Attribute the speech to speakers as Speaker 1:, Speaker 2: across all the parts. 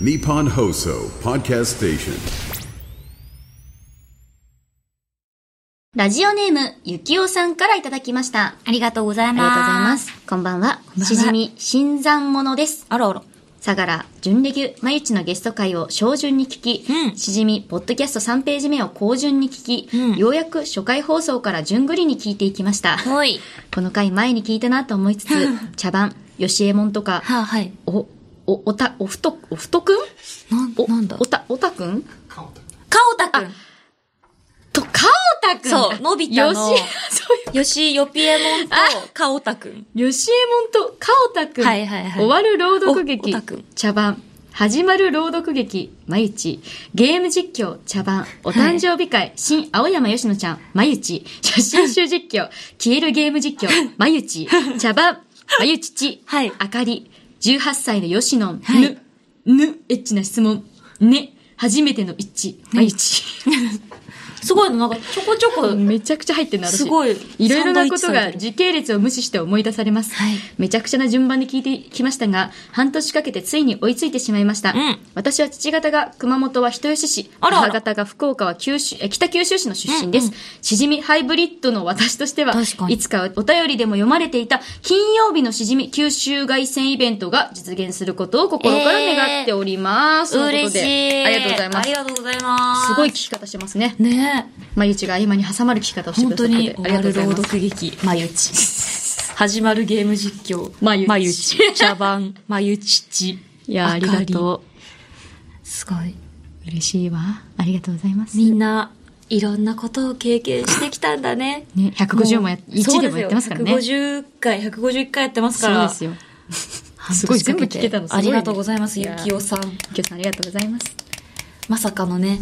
Speaker 1: Nippon Hoso Podcast Station.
Speaker 2: ラジオネーム、ゆきおさんからいただきました。
Speaker 3: ありがとうござい
Speaker 2: あり
Speaker 3: ま
Speaker 2: が
Speaker 3: す。
Speaker 2: とうございま。す。こんばんは。
Speaker 3: んばんは
Speaker 2: しじみ、新参者です。
Speaker 3: あらあら。
Speaker 2: 相良、純レギュ、まゆちのゲスト会を小順に聞き、
Speaker 3: うん
Speaker 2: しじみ、ポッドキャスト3ページ目を後順に聞き、
Speaker 3: うん
Speaker 2: ようやく初回放送から順繰りに聞いていきました。
Speaker 3: ほい。
Speaker 2: この回前に聞いたなと思いつつ、茶番、吉右衛門とか、
Speaker 3: はあ、はい。
Speaker 2: お、お、おた、おふと、おふとくん
Speaker 3: なん、
Speaker 2: お、
Speaker 3: なんだ
Speaker 2: お。た、おたくん
Speaker 3: かおたくん。
Speaker 2: と、かおたくん
Speaker 3: そうのび太の
Speaker 2: よし、 そう
Speaker 3: よしよぴえもんとかおたくん。
Speaker 2: 吉右衛門とカオタくん。
Speaker 3: はいはいはい
Speaker 2: 終わる朗読劇
Speaker 3: おオタくん。
Speaker 2: 茶番。始まる朗読劇、まゆち。ゲーム実況、茶番。お誕生日会、新青山よしのちゃん、まゆち。写真集実 況、消えるゲーム実況、まゆち。茶番、まゆちち。
Speaker 3: はい
Speaker 2: あかり。18歳のよしのん。
Speaker 3: はい
Speaker 2: ぬ。ぬ。エッチな質問。ね。初めての一致。まゆち。
Speaker 3: すごいの、なんかちょこちょこ。
Speaker 2: めちゃくちゃ入ってんな、私。
Speaker 3: すごい
Speaker 2: いろいろなこと
Speaker 3: サンドイ
Speaker 2: が
Speaker 3: ッチされてる
Speaker 2: 時系列を無視して思い出されます。
Speaker 3: はい
Speaker 2: めちゃくちゃな順番で聞いてきましたが、半年かけてついに追いついてしまいました。
Speaker 3: ん
Speaker 2: 私は父方が熊本は人吉市、
Speaker 3: あらあ
Speaker 2: 母
Speaker 3: ら
Speaker 2: 方が福岡は九州え北九州市の出身です。しじみハイブリッドの私としては、
Speaker 3: 確かに
Speaker 2: いつかお便りでも読まれていた金曜日のしじみ九州外線イベントが実現することを心から願っております。というこ
Speaker 3: 嬉
Speaker 2: とで
Speaker 3: しい。
Speaker 2: ありがとうございま
Speaker 3: あ
Speaker 2: す
Speaker 3: り。がとうございます。
Speaker 2: すごい聞。き方してますね。
Speaker 3: ねえ。
Speaker 2: まゆちが合間に挟まる聞き方をしてく
Speaker 3: 本
Speaker 2: ださ
Speaker 3: 当
Speaker 2: って
Speaker 3: に
Speaker 2: ありがとうござい
Speaker 3: 終わ
Speaker 2: ま
Speaker 3: る朗
Speaker 2: す。
Speaker 3: 読劇、まゆち。始まるゲーム実況、
Speaker 2: まゆち
Speaker 3: ち。茶番、まゆちち。
Speaker 2: いや、ありがと
Speaker 3: う。すごい。
Speaker 2: う。嬉しいわ。ありがとうございます。
Speaker 3: みんないろんなことを経験してきたんだね。
Speaker 2: ね150もやっ
Speaker 3: う
Speaker 2: 1でもやってますからね
Speaker 3: そうですよ150回、151回やってますか
Speaker 2: そう
Speaker 3: ら。
Speaker 2: ですよ。
Speaker 3: 半
Speaker 2: すごい
Speaker 3: 年か
Speaker 2: 全部
Speaker 3: け
Speaker 2: 聞
Speaker 3: て
Speaker 2: けたのすごい
Speaker 3: あ
Speaker 2: ね
Speaker 3: りがとうございます、
Speaker 2: い
Speaker 3: ゆ
Speaker 2: や
Speaker 3: きおさん。
Speaker 2: きょさんありがとうございます。
Speaker 3: まさかのね、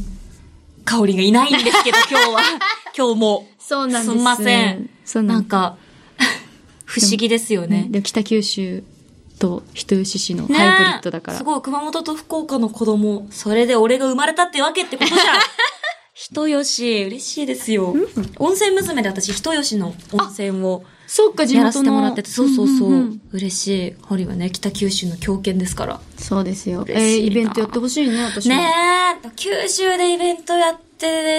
Speaker 3: 香りがいないんですけど、今 日は。今日も。
Speaker 2: そうなんです
Speaker 3: すんません。
Speaker 2: そう
Speaker 3: な
Speaker 2: なん
Speaker 3: ん
Speaker 2: です
Speaker 3: か、不思議ですよね。
Speaker 2: で、北九州と人吉市のハイブリッドだから。
Speaker 3: ねえすごい、熊本と福岡の子供、それで俺が生まれたってわけっ てことじゃん。人吉、嬉しいですよ。温泉娘で私、人吉の温泉を
Speaker 2: そっか、地元の
Speaker 3: やらせてもらってて、そうそうそう、
Speaker 2: んんん
Speaker 3: 嬉しい。ホリはね、北九州の狂犬ですから。
Speaker 2: そうですよ。えー
Speaker 3: 嬉しいな
Speaker 2: イベントやってほしいね、私も。
Speaker 3: ねえ、九州でイベントやって、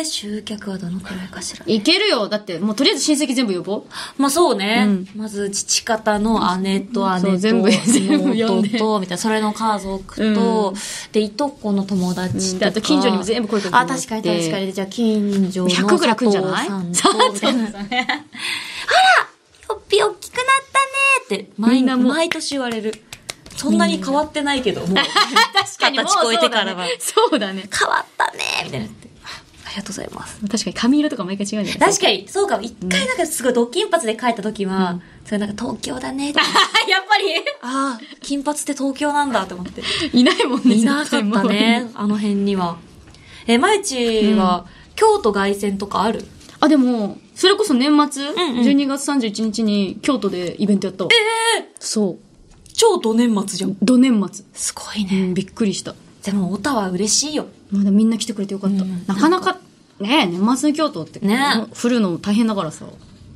Speaker 3: 集客はどのくらいかしら。
Speaker 2: いけるよ。だって、もうとりあえず親戚全部呼ぼう。
Speaker 3: まあそうね。
Speaker 2: うん
Speaker 3: まず、父方の姉と姉
Speaker 2: そ
Speaker 3: と
Speaker 2: う全部全部呼んで
Speaker 3: 妹と、みたいな、それの家族と、で、いとこの友達
Speaker 2: で
Speaker 3: とか。
Speaker 2: あと近所にも全部声かけてもら
Speaker 3: あ、
Speaker 2: って
Speaker 3: 確かに確かに。じゃあ、近所の佐
Speaker 2: 100ぐらい来ん
Speaker 3: 藤
Speaker 2: じゃない
Speaker 3: さんと、みたいな。ほらよっぴ大きくなったねって、
Speaker 2: み
Speaker 3: 毎
Speaker 2: んなもう
Speaker 3: 毎年言われる。そんなに変わってないけど、もう。確
Speaker 2: 確かにもう
Speaker 3: 形超えてからは。
Speaker 2: そうだね。そうだね
Speaker 3: 変わったねみたいになって。ありがとうございます。
Speaker 2: 確かに髪色とか毎回違うじゃない
Speaker 3: 確かに、そうかも。一回なんかすごいド金髪で帰った時は、それなんか東京だね って。
Speaker 2: に。やっぱり
Speaker 3: ああ、金髪って東京なんだって思 って。
Speaker 2: いないもんね。
Speaker 3: いなかった
Speaker 2: 絶対も
Speaker 3: ね、あの辺には。え、まゆちは、京都凱旋とかある
Speaker 2: う。あ、でも、それこそ年末、
Speaker 3: んうん
Speaker 2: 12月31日に京都でイベントやったわ。ええそ
Speaker 3: 超ド年末じゃ
Speaker 2: う。
Speaker 3: ん。
Speaker 2: 土年末。
Speaker 3: すごいうね。
Speaker 2: ん、びっくりした。
Speaker 3: でも、オタは嬉しいよ。
Speaker 2: まだみんな来てくれてよかった。
Speaker 3: うん
Speaker 2: なかなか、ねえ、年末の京都って、
Speaker 3: ねえ
Speaker 2: 降るの大変だからさ、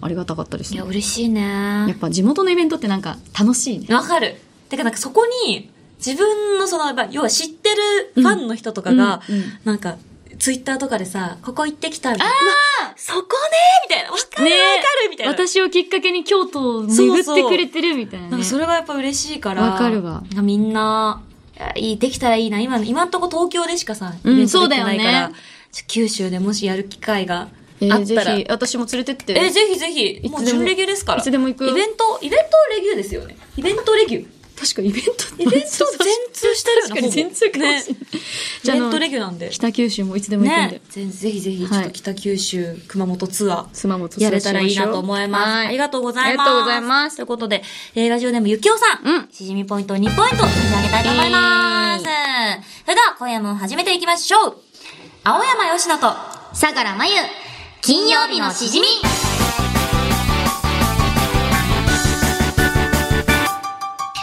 Speaker 2: ありがたかったです
Speaker 3: いや、
Speaker 2: ね。
Speaker 3: 嬉しい
Speaker 2: やっ
Speaker 3: ね。
Speaker 2: ぱ地元のイベントってなんか楽しいね。
Speaker 3: わかる。てか、なんかそこに、自分のその、やっぱ要は知ってるファンの人とかが、
Speaker 2: うんうん
Speaker 3: なんか、ツイッターとかでさ、ここ行ってきたみたいな。うわそこねみたいな。わかる
Speaker 2: ね
Speaker 3: わかるみたいな。
Speaker 2: 私をきっかけに京都を巡ってくれてるみたいな、ね。
Speaker 3: なんかそれがやっぱ嬉しいから。
Speaker 2: わかるわ。
Speaker 3: みんな、いやいい、できたらいいな。今、今んとこ東京でしかさ、
Speaker 2: うん
Speaker 3: イベントできてないか
Speaker 2: そうだ
Speaker 3: ら、
Speaker 2: よね
Speaker 3: ちょ九州でもしやる機会があっ
Speaker 2: えー
Speaker 3: たら。
Speaker 2: ぜひ、私も連れてって。
Speaker 3: え、ぜひぜひ。
Speaker 2: いつでも
Speaker 3: もう準レギュですから。
Speaker 2: いつでも行く
Speaker 3: イベント、イベントレギュですよね。イベントレギュ。
Speaker 2: 確かイベント
Speaker 3: イベント全通してるよ
Speaker 2: 確
Speaker 3: な
Speaker 2: かに全通かもしれない。
Speaker 3: イ
Speaker 2: じゃあ
Speaker 3: ベ
Speaker 2: あの
Speaker 3: ントレギュなんで。
Speaker 2: 北九州もいつでも行くんで。
Speaker 3: ね。ぜぜひぜひ、ち
Speaker 2: はい
Speaker 3: ょっと北九州、熊本ツアー。
Speaker 2: スマモと
Speaker 3: やれたらいいなと思います。ありがとうございます。
Speaker 2: ありがとうございます。
Speaker 3: ということで、えーラジオネームゆきおさん。
Speaker 2: うん
Speaker 3: しじみポイントを2ポイント差し上げたいと思います。それでは、今夜も始めていきましょう。青山よしのと、
Speaker 2: 相良真由、金曜日のしじみ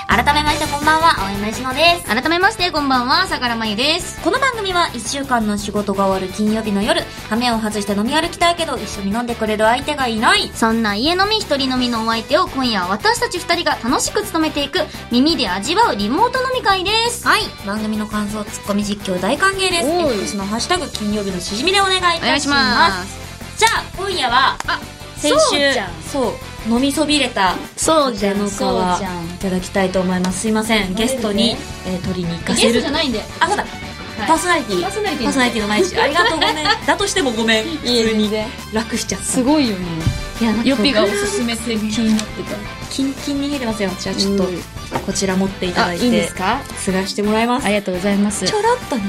Speaker 3: 改改めましてこんばんは、青山吉野です。
Speaker 2: 改めまして、こんばんは、さからまゆです。
Speaker 3: この番組は1週間の仕事が終わる金曜日の夜、羽目を外して飲み歩きたいけど、一緒に飲んでくれる相手がいない。
Speaker 2: そんな家飲み一人飲みのお相手を今夜は私たち二人が楽しく務めていく耳で味わうリモート飲み会です。
Speaker 3: はい、番組の感想、ツッコミ実況大歓迎です。
Speaker 2: おい
Speaker 3: X のハッシュタグ、金曜日のしじみでお願いいたし
Speaker 2: お
Speaker 3: ます。
Speaker 2: 願いします。
Speaker 3: じゃあ、今夜は、
Speaker 2: あ、
Speaker 3: 先週、そう飲みそびれた
Speaker 2: そうじゃん
Speaker 3: の皮
Speaker 2: そうじゃん
Speaker 3: いただきたいと思いますすいませんゲストに、えー取りに行かせ
Speaker 2: ゲスト
Speaker 3: る
Speaker 2: じゃないんで。
Speaker 3: あそうだ、パーソナリティ
Speaker 2: パーソナリティ
Speaker 3: パーソナリティのない しありがとうごめんだとしてもごめん普通に楽しちゃった
Speaker 2: ごいよね。
Speaker 3: いやなんか
Speaker 2: 予備がおすすめって気になって
Speaker 3: キンキンに冷えてますよじゃあちょっと
Speaker 2: うん
Speaker 3: こちら持っていた
Speaker 2: た。
Speaker 3: だ
Speaker 2: あ、
Speaker 3: い
Speaker 2: いいんで
Speaker 3: て
Speaker 2: すか
Speaker 3: すがしてもらいます
Speaker 2: ありがとうございます
Speaker 3: ち。ょろっとね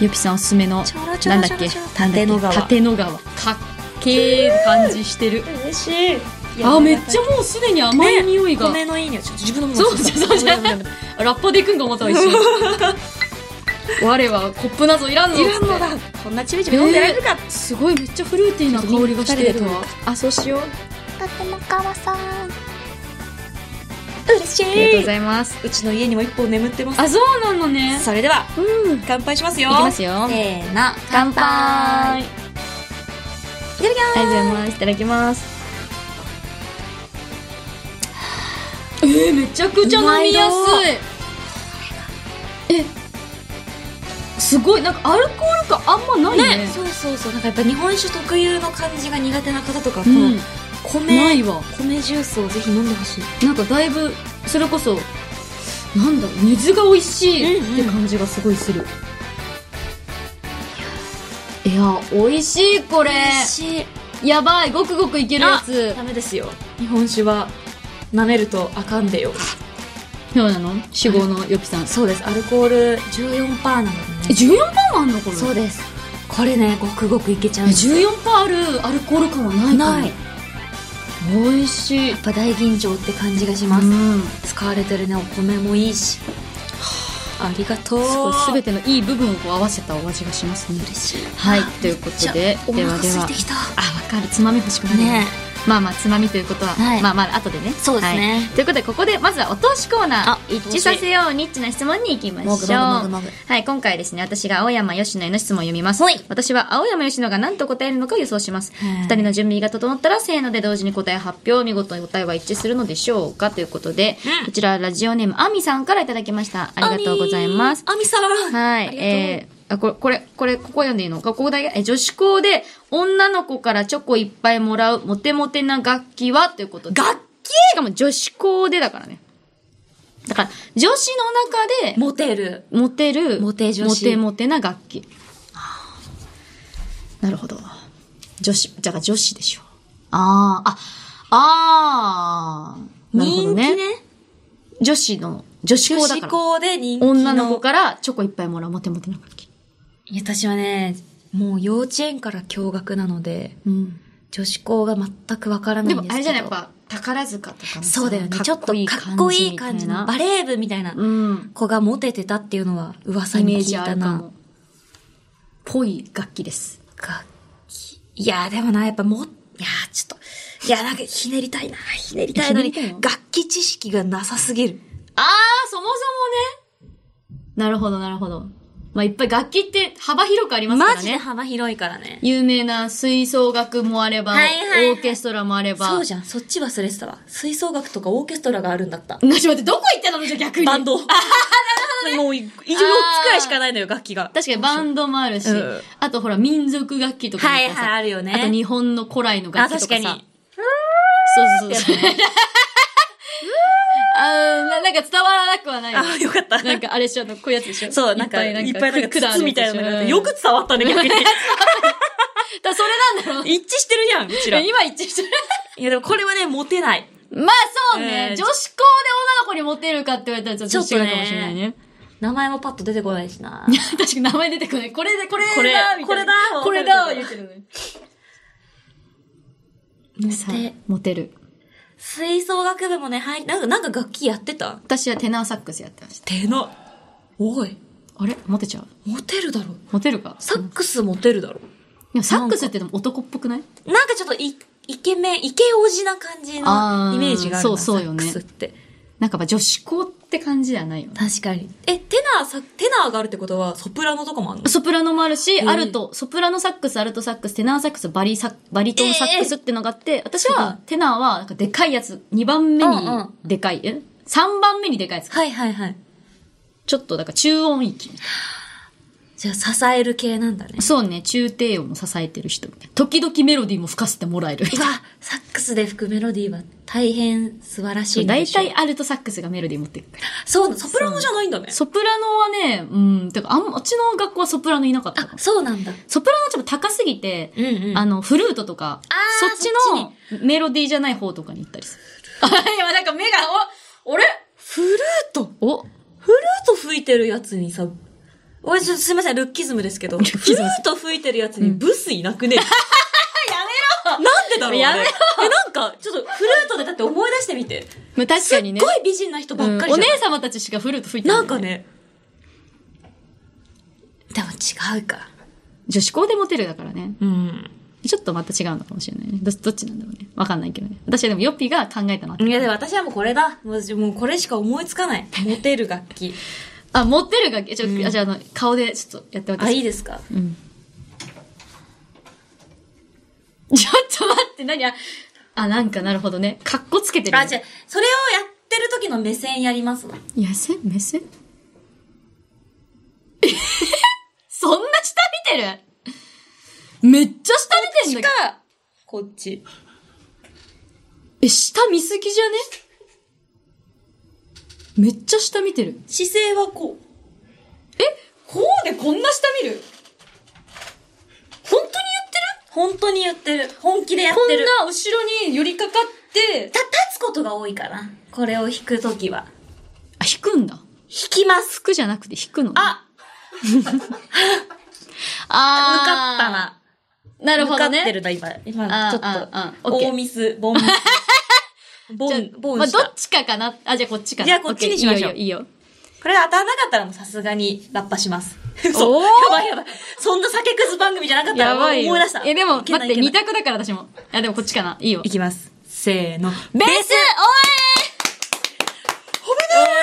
Speaker 2: ゆぴさんおすすめの
Speaker 3: ちょろちょろ
Speaker 2: なんだっけ
Speaker 3: ちょろちょろ
Speaker 2: 縦
Speaker 3: 縦の川
Speaker 2: 縦の川かっけー感じしてる
Speaker 3: 嬉しいいや
Speaker 2: あめっちゃもうすでに甘い匂いが、
Speaker 3: 米のいい匂いちょっと自分のもの
Speaker 2: そうじゃんそうじゃんラッパでいくんか思ったわ一 瞬我はコップなぞいらんぞ
Speaker 3: いらんのだこんなちびちび飲んでられるか
Speaker 2: すごいめっちゃフルーティーな香りがしてるわ
Speaker 3: あそうしよう
Speaker 4: とてもかわさん
Speaker 3: 嬉し
Speaker 2: ありがとう
Speaker 3: い
Speaker 2: ございます
Speaker 3: うちの家にも一本眠ってます
Speaker 2: あそうなのね
Speaker 3: それでは
Speaker 2: うんい
Speaker 3: 乾杯しますよ
Speaker 2: きますよ
Speaker 3: せーの
Speaker 2: 乾杯
Speaker 3: あ
Speaker 2: いただきますありがとうございますいただきますえー、めちゃくちゃ飲みやすいえすごいなんかアルコール感あんまないね
Speaker 3: ねそうそうそうなんかやっぱ日本酒特有の感じが苦手な方とか、こ
Speaker 2: う、
Speaker 3: うん
Speaker 2: な
Speaker 3: 米
Speaker 2: いわ
Speaker 3: 米ジュースをぜひ飲んでほしい
Speaker 2: なんかだいぶそれこそなんだろう水が美味しいって感じがすごいする、いや美味しいこれ
Speaker 3: しい
Speaker 2: やばいごくごくいけるやつ
Speaker 3: ダメですよ日本酒は舐めるとあかんでよ
Speaker 2: そうなの酒豪のよぴさん
Speaker 3: そうですアルコール14%なので
Speaker 2: え
Speaker 3: ね
Speaker 2: 14%もあんのこれ
Speaker 3: そうですこれねごくごくいけちゃうん
Speaker 2: え
Speaker 3: です
Speaker 2: 14%あるアルコール感はないかも
Speaker 3: ないや
Speaker 2: 美味しい
Speaker 3: っぱ大吟醸って感じがし
Speaker 2: う
Speaker 3: ます、
Speaker 2: ん
Speaker 3: 使われてるねお米もいいしありがとう
Speaker 2: すごい全てのいい部分をこう合わせたお味がしますね
Speaker 3: 嬉しい
Speaker 2: はいということで
Speaker 3: お
Speaker 2: で
Speaker 3: 腹
Speaker 2: はで
Speaker 3: 空い
Speaker 2: は
Speaker 3: てきた
Speaker 2: あわかるつまみ欲しくなるよね
Speaker 3: ね
Speaker 2: まあまあつまみということは、
Speaker 3: はい
Speaker 2: まあまあ後でね
Speaker 3: そうですね
Speaker 2: はいということでここでまずはお通しコーナ
Speaker 3: あ
Speaker 2: ー一致させようニッチな質問に行きましょう
Speaker 3: もぐもぐもぐもぐ
Speaker 2: はい今回ですね私が青山佳乃への質問を読みます、
Speaker 3: はい
Speaker 2: 私は青山佳乃が何と答えるのかを予想します
Speaker 3: うん
Speaker 2: 二人の準備が整ったらせーので同時に答え発表見事に答えは一致するのでしょうかということで、
Speaker 3: うん
Speaker 2: こちらラジオネームあみさんからいただきましたありがとうございます
Speaker 3: あみさん
Speaker 2: はい
Speaker 3: あ、りがとう
Speaker 2: えー、あ、これ、これ、これ、ここ読んでいいの学校だけえ、女子校で女の子からチョコいっぱいもらうモテモテな楽器はということで。
Speaker 3: 楽器
Speaker 2: しかも女子校でだからね。だから、女子の中で
Speaker 3: モテる
Speaker 2: モテる、
Speaker 3: モテ女子
Speaker 2: モテモテな楽器。なるほど。女子、だから女子でしょ。ああ、あ、ああ、なるほど
Speaker 3: 人気
Speaker 2: ね
Speaker 3: ね。
Speaker 2: 女子の、女子校
Speaker 3: 女
Speaker 2: だか
Speaker 3: 子
Speaker 2: ら。
Speaker 3: 校で人気の
Speaker 2: 女の子からチョコいっぱいもらうモテモテな楽器。
Speaker 3: いや私はねもう幼稚園から共学なので
Speaker 2: うん。
Speaker 3: 女子校が全くわからない
Speaker 2: でも
Speaker 3: んですけど
Speaker 2: あれじゃないやっぱ宝塚とかの
Speaker 3: そうだよねちょっと
Speaker 2: いい
Speaker 3: かっこいい感じの
Speaker 2: みた
Speaker 3: バ
Speaker 2: い
Speaker 3: レー部みたいな
Speaker 2: なうん
Speaker 3: 子がモテてたっていうのは噂
Speaker 2: イメ
Speaker 3: に
Speaker 2: ー
Speaker 3: 聞い
Speaker 2: ジあ
Speaker 3: た
Speaker 2: るか
Speaker 3: な
Speaker 2: もぽい楽器です
Speaker 3: 楽器いやでもなやっぱもいやちょっといやなんかひねりたいなひねりたいのに
Speaker 2: ひねりたいの
Speaker 3: 楽器知識がなさすぎる
Speaker 2: あーそもそもねなるほどなるほどまあいっぱい楽器って幅広くありますか
Speaker 3: マ
Speaker 2: ら
Speaker 3: ジで
Speaker 2: ね
Speaker 3: 幅広いからね
Speaker 2: 有名な吹奏楽もあれば、
Speaker 3: はいはいはい
Speaker 2: オーケストラもあれば
Speaker 3: そうじゃんそっち忘れてたわ吹奏楽とかオーケストラがあるんだった
Speaker 2: なし待ってどこ行ったのじゃあ逆に
Speaker 3: バンド。もう、い4つくらいしかないのよ、楽器が。
Speaker 2: 確かにバンドもあるし、
Speaker 3: うん
Speaker 2: あとほら民族楽器とかも
Speaker 3: はい
Speaker 2: さ
Speaker 3: はい、あるよね。
Speaker 2: あと日本の古来の楽器とかさ
Speaker 3: あ確かに
Speaker 2: そうそうそうそう。 あーななんか伝わらなくはない。
Speaker 3: あ、よかった。
Speaker 2: なんかあれでしょ、あの、こういうやつでしょ。
Speaker 3: そう、なんか、いっぱいなんか、筒みたいなのがあってよ。
Speaker 2: 管
Speaker 3: く伝わったね、逆に。
Speaker 2: やつでしょうんだからそれなんだろう。
Speaker 3: 一致してるやん、うちら。い
Speaker 2: 今一致してる。
Speaker 3: や、でもこれはね、モテない。
Speaker 2: まあそうね、
Speaker 3: う
Speaker 2: 女子校
Speaker 3: ん
Speaker 2: で女の子にモテるかって言われたらちょっと違うかもしれないね。
Speaker 3: 名前もパッと出てこないしな。
Speaker 2: 確かに名前出てこない。これで、これだ
Speaker 3: これ
Speaker 2: みたいな
Speaker 3: これだ
Speaker 2: これだは言うけどね。
Speaker 3: モ
Speaker 2: さ
Speaker 3: テ
Speaker 2: あ。、モテる。
Speaker 3: 吹奏楽部もね、はい、なんか、なんか楽器やってた
Speaker 2: 私はテナーサックスやってました。
Speaker 3: 手の。おい、
Speaker 2: あれモテちゃう
Speaker 3: モテるだろ。
Speaker 2: モテるか
Speaker 3: サックスモテるだろ。
Speaker 2: でもサックスってでも男っぽくない
Speaker 3: なんかちょっとイイケメン、イケオジな感じのイメージがあるな
Speaker 2: あーそうそうよね
Speaker 3: サックスって。
Speaker 2: なんかまあ女子校って感じじゃないよね。
Speaker 5: 確かに。
Speaker 3: え、テナーさ、テナーがあるってことは、ソプラノとかもあるの
Speaker 2: ソプラノもあるし、
Speaker 3: うん
Speaker 2: アルト、ソプラノサックス、アルトサックス、テナーサックス、バリサバリトンサックスってのがあって、私は、テナーは、なんかでかいやつ、2番目
Speaker 5: うんう
Speaker 2: に
Speaker 5: ん
Speaker 2: でかい、え ?3 番目にでかいやつか。
Speaker 3: はいはいはい。
Speaker 2: ちょっと、だから中音域。
Speaker 3: じゃあ、支える系なんだね。
Speaker 2: そうね、中低音も支えてる人みたいな。時々メロディーも吹かせてもらえる。
Speaker 3: うわ、サックスで吹くメロディーは大変素晴らしいん
Speaker 2: 大
Speaker 3: でしょう
Speaker 2: 体アルトサックスがメロディー持ってくから。
Speaker 3: そう、ソプラノじゃないんだね。
Speaker 2: ソプラノはね、うん、てかあん、あっちの学校はソプラノいなかったか
Speaker 3: あ、
Speaker 2: も
Speaker 3: そうなんだ。
Speaker 2: ソプラノはちょっと高すぎて、
Speaker 3: うんうん。
Speaker 2: あの、 フルートとか、そ
Speaker 3: ー
Speaker 2: っちのメロディーじゃない方とかに行ったりする。あ、今なんか目が、お、あれ
Speaker 3: フルート
Speaker 2: お、
Speaker 3: フルート吹いてるやつにさ、おいちょすいません、ルッキズムですけど、フル
Speaker 2: キズム
Speaker 3: ート吹いてるやつにブスい なくねやめろなんでだろう、ね、
Speaker 2: やめろ
Speaker 3: え、なんか、ちょっとフルートでだって思い出してみて。
Speaker 2: まあ、確かにね。
Speaker 3: すっごい美人な人ばっかり
Speaker 2: うんお
Speaker 3: じゃん。
Speaker 2: 姉様たちしかフルート吹いてない、
Speaker 3: なんか。ね。でも違うか。
Speaker 2: 女子校でモテるだからね。
Speaker 3: うん。
Speaker 2: ちょっとまた違うのかもしれないね。どどっちなんだろうね。わかんないけどね。私はでもヨッピーが考えたなって
Speaker 3: いや、でも私はもうこれだ。もうもうこれしか思いつかない。モテる楽 器。
Speaker 2: あ、持ってるが、ちょ、あじゃああの、顔でちょっとやって
Speaker 3: あ、
Speaker 2: 私。
Speaker 3: いいですか
Speaker 2: うん。ちょっと待って、何あ、あ、なんかなるほどね。かっこつけてる。
Speaker 3: あ、じゃあそれをやってる時の目線やりますわ。
Speaker 2: 痩せ目線 そんな下見てるめっちゃ下見てんだけど。
Speaker 3: か、こっち。
Speaker 2: え、下見すぎじゃねめっちゃ下見てる。
Speaker 3: 姿勢はこう。
Speaker 2: こうでこんな下見る本当に言ってる
Speaker 3: 本当に言ってる。本気でやっ
Speaker 2: こん
Speaker 3: てる。
Speaker 2: な後ろに寄りかかって、
Speaker 3: た、立つことが多いかな。これを弾くときは。
Speaker 2: あ、引くんだ。
Speaker 3: 弾きます。
Speaker 2: 引くじゃなくて引くの。
Speaker 3: あ、向
Speaker 2: あ
Speaker 3: か
Speaker 2: ー
Speaker 3: った。な。
Speaker 2: なるほど
Speaker 3: 向かって
Speaker 2: ね。
Speaker 3: るな、今。
Speaker 2: あ
Speaker 3: 今、
Speaker 2: ー
Speaker 3: ちょっ
Speaker 2: あー
Speaker 3: と
Speaker 2: あーオッ。ケー
Speaker 3: 大ミス、ボンミ ス。ボ
Speaker 2: じゃ
Speaker 3: ン、ボ
Speaker 2: まあ、
Speaker 3: ンし。
Speaker 2: どったちかかな。あ、じゃあこっちかな。
Speaker 3: じゃあこっちにしましょう
Speaker 2: オッケーいいよ、いいよ。
Speaker 3: これ当たらなかったらもうさすがにラッパします。
Speaker 2: お
Speaker 3: そう。
Speaker 2: ー
Speaker 3: やばいやばい。そんな酒くず番組じゃなかったら
Speaker 2: や
Speaker 3: 思
Speaker 2: ばい
Speaker 3: い
Speaker 2: よ。
Speaker 3: 出した。
Speaker 2: え、でも、
Speaker 3: いけな
Speaker 2: 待
Speaker 3: い
Speaker 2: って、
Speaker 3: いけ
Speaker 2: 二
Speaker 3: ない
Speaker 2: 択だから私も。あ、でもこっちかな。いいよ。
Speaker 3: いきます。せー
Speaker 2: ベ
Speaker 3: の。
Speaker 2: ースおえー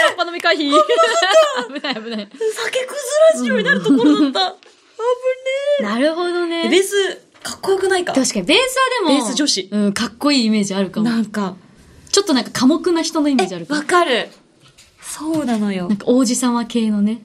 Speaker 2: ラッパ飲み会費危ない危 ない。
Speaker 3: 酒くずラジオになるところだ った。危ね
Speaker 2: なるほどね。
Speaker 3: え。ベース、かっこよくないか
Speaker 2: 確かに、ベースはでも、
Speaker 3: ベース女子
Speaker 2: うん、かっこいいイメージあるかも
Speaker 3: な。んか、
Speaker 2: ちょっとなんか寡黙な人のイメージあるかも
Speaker 3: わ。かる。そうなのよ
Speaker 2: なん。か王子様系のね、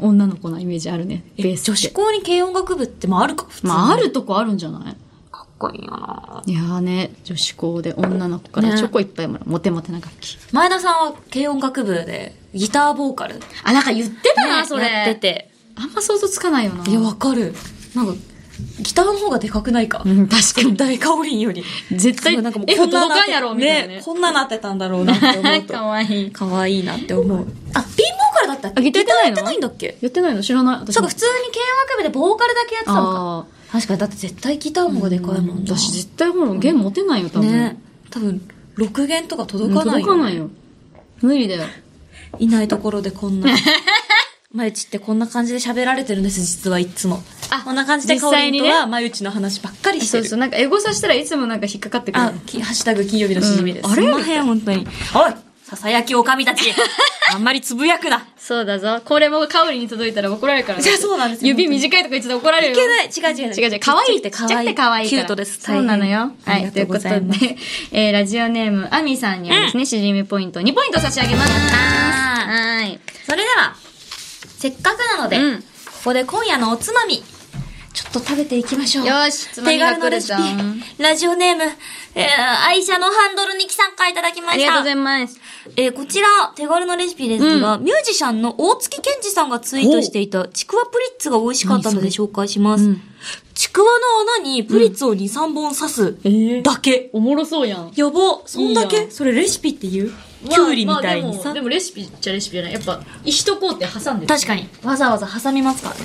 Speaker 2: 女の子なイメージあるね。ベースって。
Speaker 3: 女子校に軽音楽部ってもあるか普通に
Speaker 2: まあ、あるとこあるんじゃない
Speaker 3: かっこいいよない
Speaker 2: やーね、女子校で女の子から
Speaker 3: ね
Speaker 2: チョコいっぱいもらう。モテモテな楽器。
Speaker 3: 前田さんは軽音楽部でギターボーカル。
Speaker 2: あ、なんか言ってたな、
Speaker 3: ね
Speaker 2: それ。
Speaker 3: やってて。
Speaker 2: あんま想像つかないよな。
Speaker 3: いや、わかる。なんか、ギターの方がでかくないか
Speaker 2: うん、確かに。
Speaker 3: 大香りんより。
Speaker 2: 絶対、
Speaker 3: そ
Speaker 2: F
Speaker 3: うなんかもう
Speaker 2: 届かんやろ、みたいな
Speaker 3: ね
Speaker 2: ね。
Speaker 3: こんななってたんだろうなって思うと。
Speaker 2: かわいい。
Speaker 3: かわいいなって思う。あ、ピンボーカルだったっ
Speaker 2: あ、
Speaker 3: け
Speaker 2: ギターやってないの
Speaker 3: ギターやってないんだっけ
Speaker 2: やってないの知らない。私
Speaker 3: そうか、普通に軽音楽部でボーカルだけやってたのか。
Speaker 2: あ
Speaker 3: 確かに、だって絶対ギターの方がでかいも
Speaker 2: あ。
Speaker 3: んな。
Speaker 2: 私絶対ほら、弦持てないよ、多分。
Speaker 3: ね多分、6弦とか
Speaker 2: うん
Speaker 3: 届かな
Speaker 2: 届
Speaker 3: いよ。
Speaker 2: かないよ。無理だよ。
Speaker 3: いないところでこんな。 まゆちってこんな感じで喋られてるんです、実はいつも。
Speaker 2: あ
Speaker 3: こんな感じで、
Speaker 2: 実
Speaker 3: かおり
Speaker 2: 際
Speaker 3: ん
Speaker 2: に
Speaker 3: と
Speaker 2: ね
Speaker 3: は、まゆちの話ばっかりして
Speaker 2: そう
Speaker 3: る。
Speaker 2: そう、なんかエゴさしたらいつもなんか引っかかってくる。
Speaker 3: あ、きハッシュタグ金曜日のしじみです。
Speaker 2: うんあれ
Speaker 3: すんまへん、本当に。おいささやきおかみたちあんまりつぶやくな
Speaker 2: そうだぞ。これもカオリに届いたら怒られるからね。
Speaker 3: じゃあそうなんですよ
Speaker 2: 指短いとか言ってたら怒られる
Speaker 3: い
Speaker 2: よ。
Speaker 3: けない違う違う
Speaker 2: 違う違う、可愛いって、
Speaker 3: ち
Speaker 2: ちっ
Speaker 3: っち
Speaker 2: ち
Speaker 3: ゃ
Speaker 2: ゃくて可
Speaker 3: くて可愛
Speaker 2: 愛
Speaker 3: い
Speaker 2: い
Speaker 3: か
Speaker 2: からら。
Speaker 3: キュートです
Speaker 2: そうなのよ。
Speaker 3: 大変
Speaker 2: はい、ということで、
Speaker 3: ありがとうござい
Speaker 2: えー、ラジオネーム、アミさんにはですね、しじみポイント2ポイント差し上げます。はーい。
Speaker 3: それでは、せっかくなので、
Speaker 2: うん
Speaker 3: ここで今夜のおつまみ、ちょっと食べていきましょう。
Speaker 2: よーしつまみ
Speaker 3: 手
Speaker 2: が来
Speaker 3: 軽のレ
Speaker 2: る
Speaker 3: シ
Speaker 2: ぞ
Speaker 3: ピ、ラジオネーム、えー、愛車のハンドルに参加いただきました。
Speaker 2: ありがとうございます。
Speaker 3: えーこちら、手軽なレシピですが、ミュージシャンの大月健二さんがツイートしていたちくわプリッツが美味しかったので紹介します。ちくわの穴にプリッツを2、3本刺すだけ。
Speaker 2: おもろそうやん。
Speaker 3: やば、そんだけ
Speaker 2: いいやん
Speaker 3: それレシピって言うきゅうりみたいに
Speaker 2: まあ
Speaker 3: さ
Speaker 2: でも、で。もレシピっちゃレシピじゃない。やっぱ、一工程挟んでる。
Speaker 3: 確かに。わざわざ挟みますからね。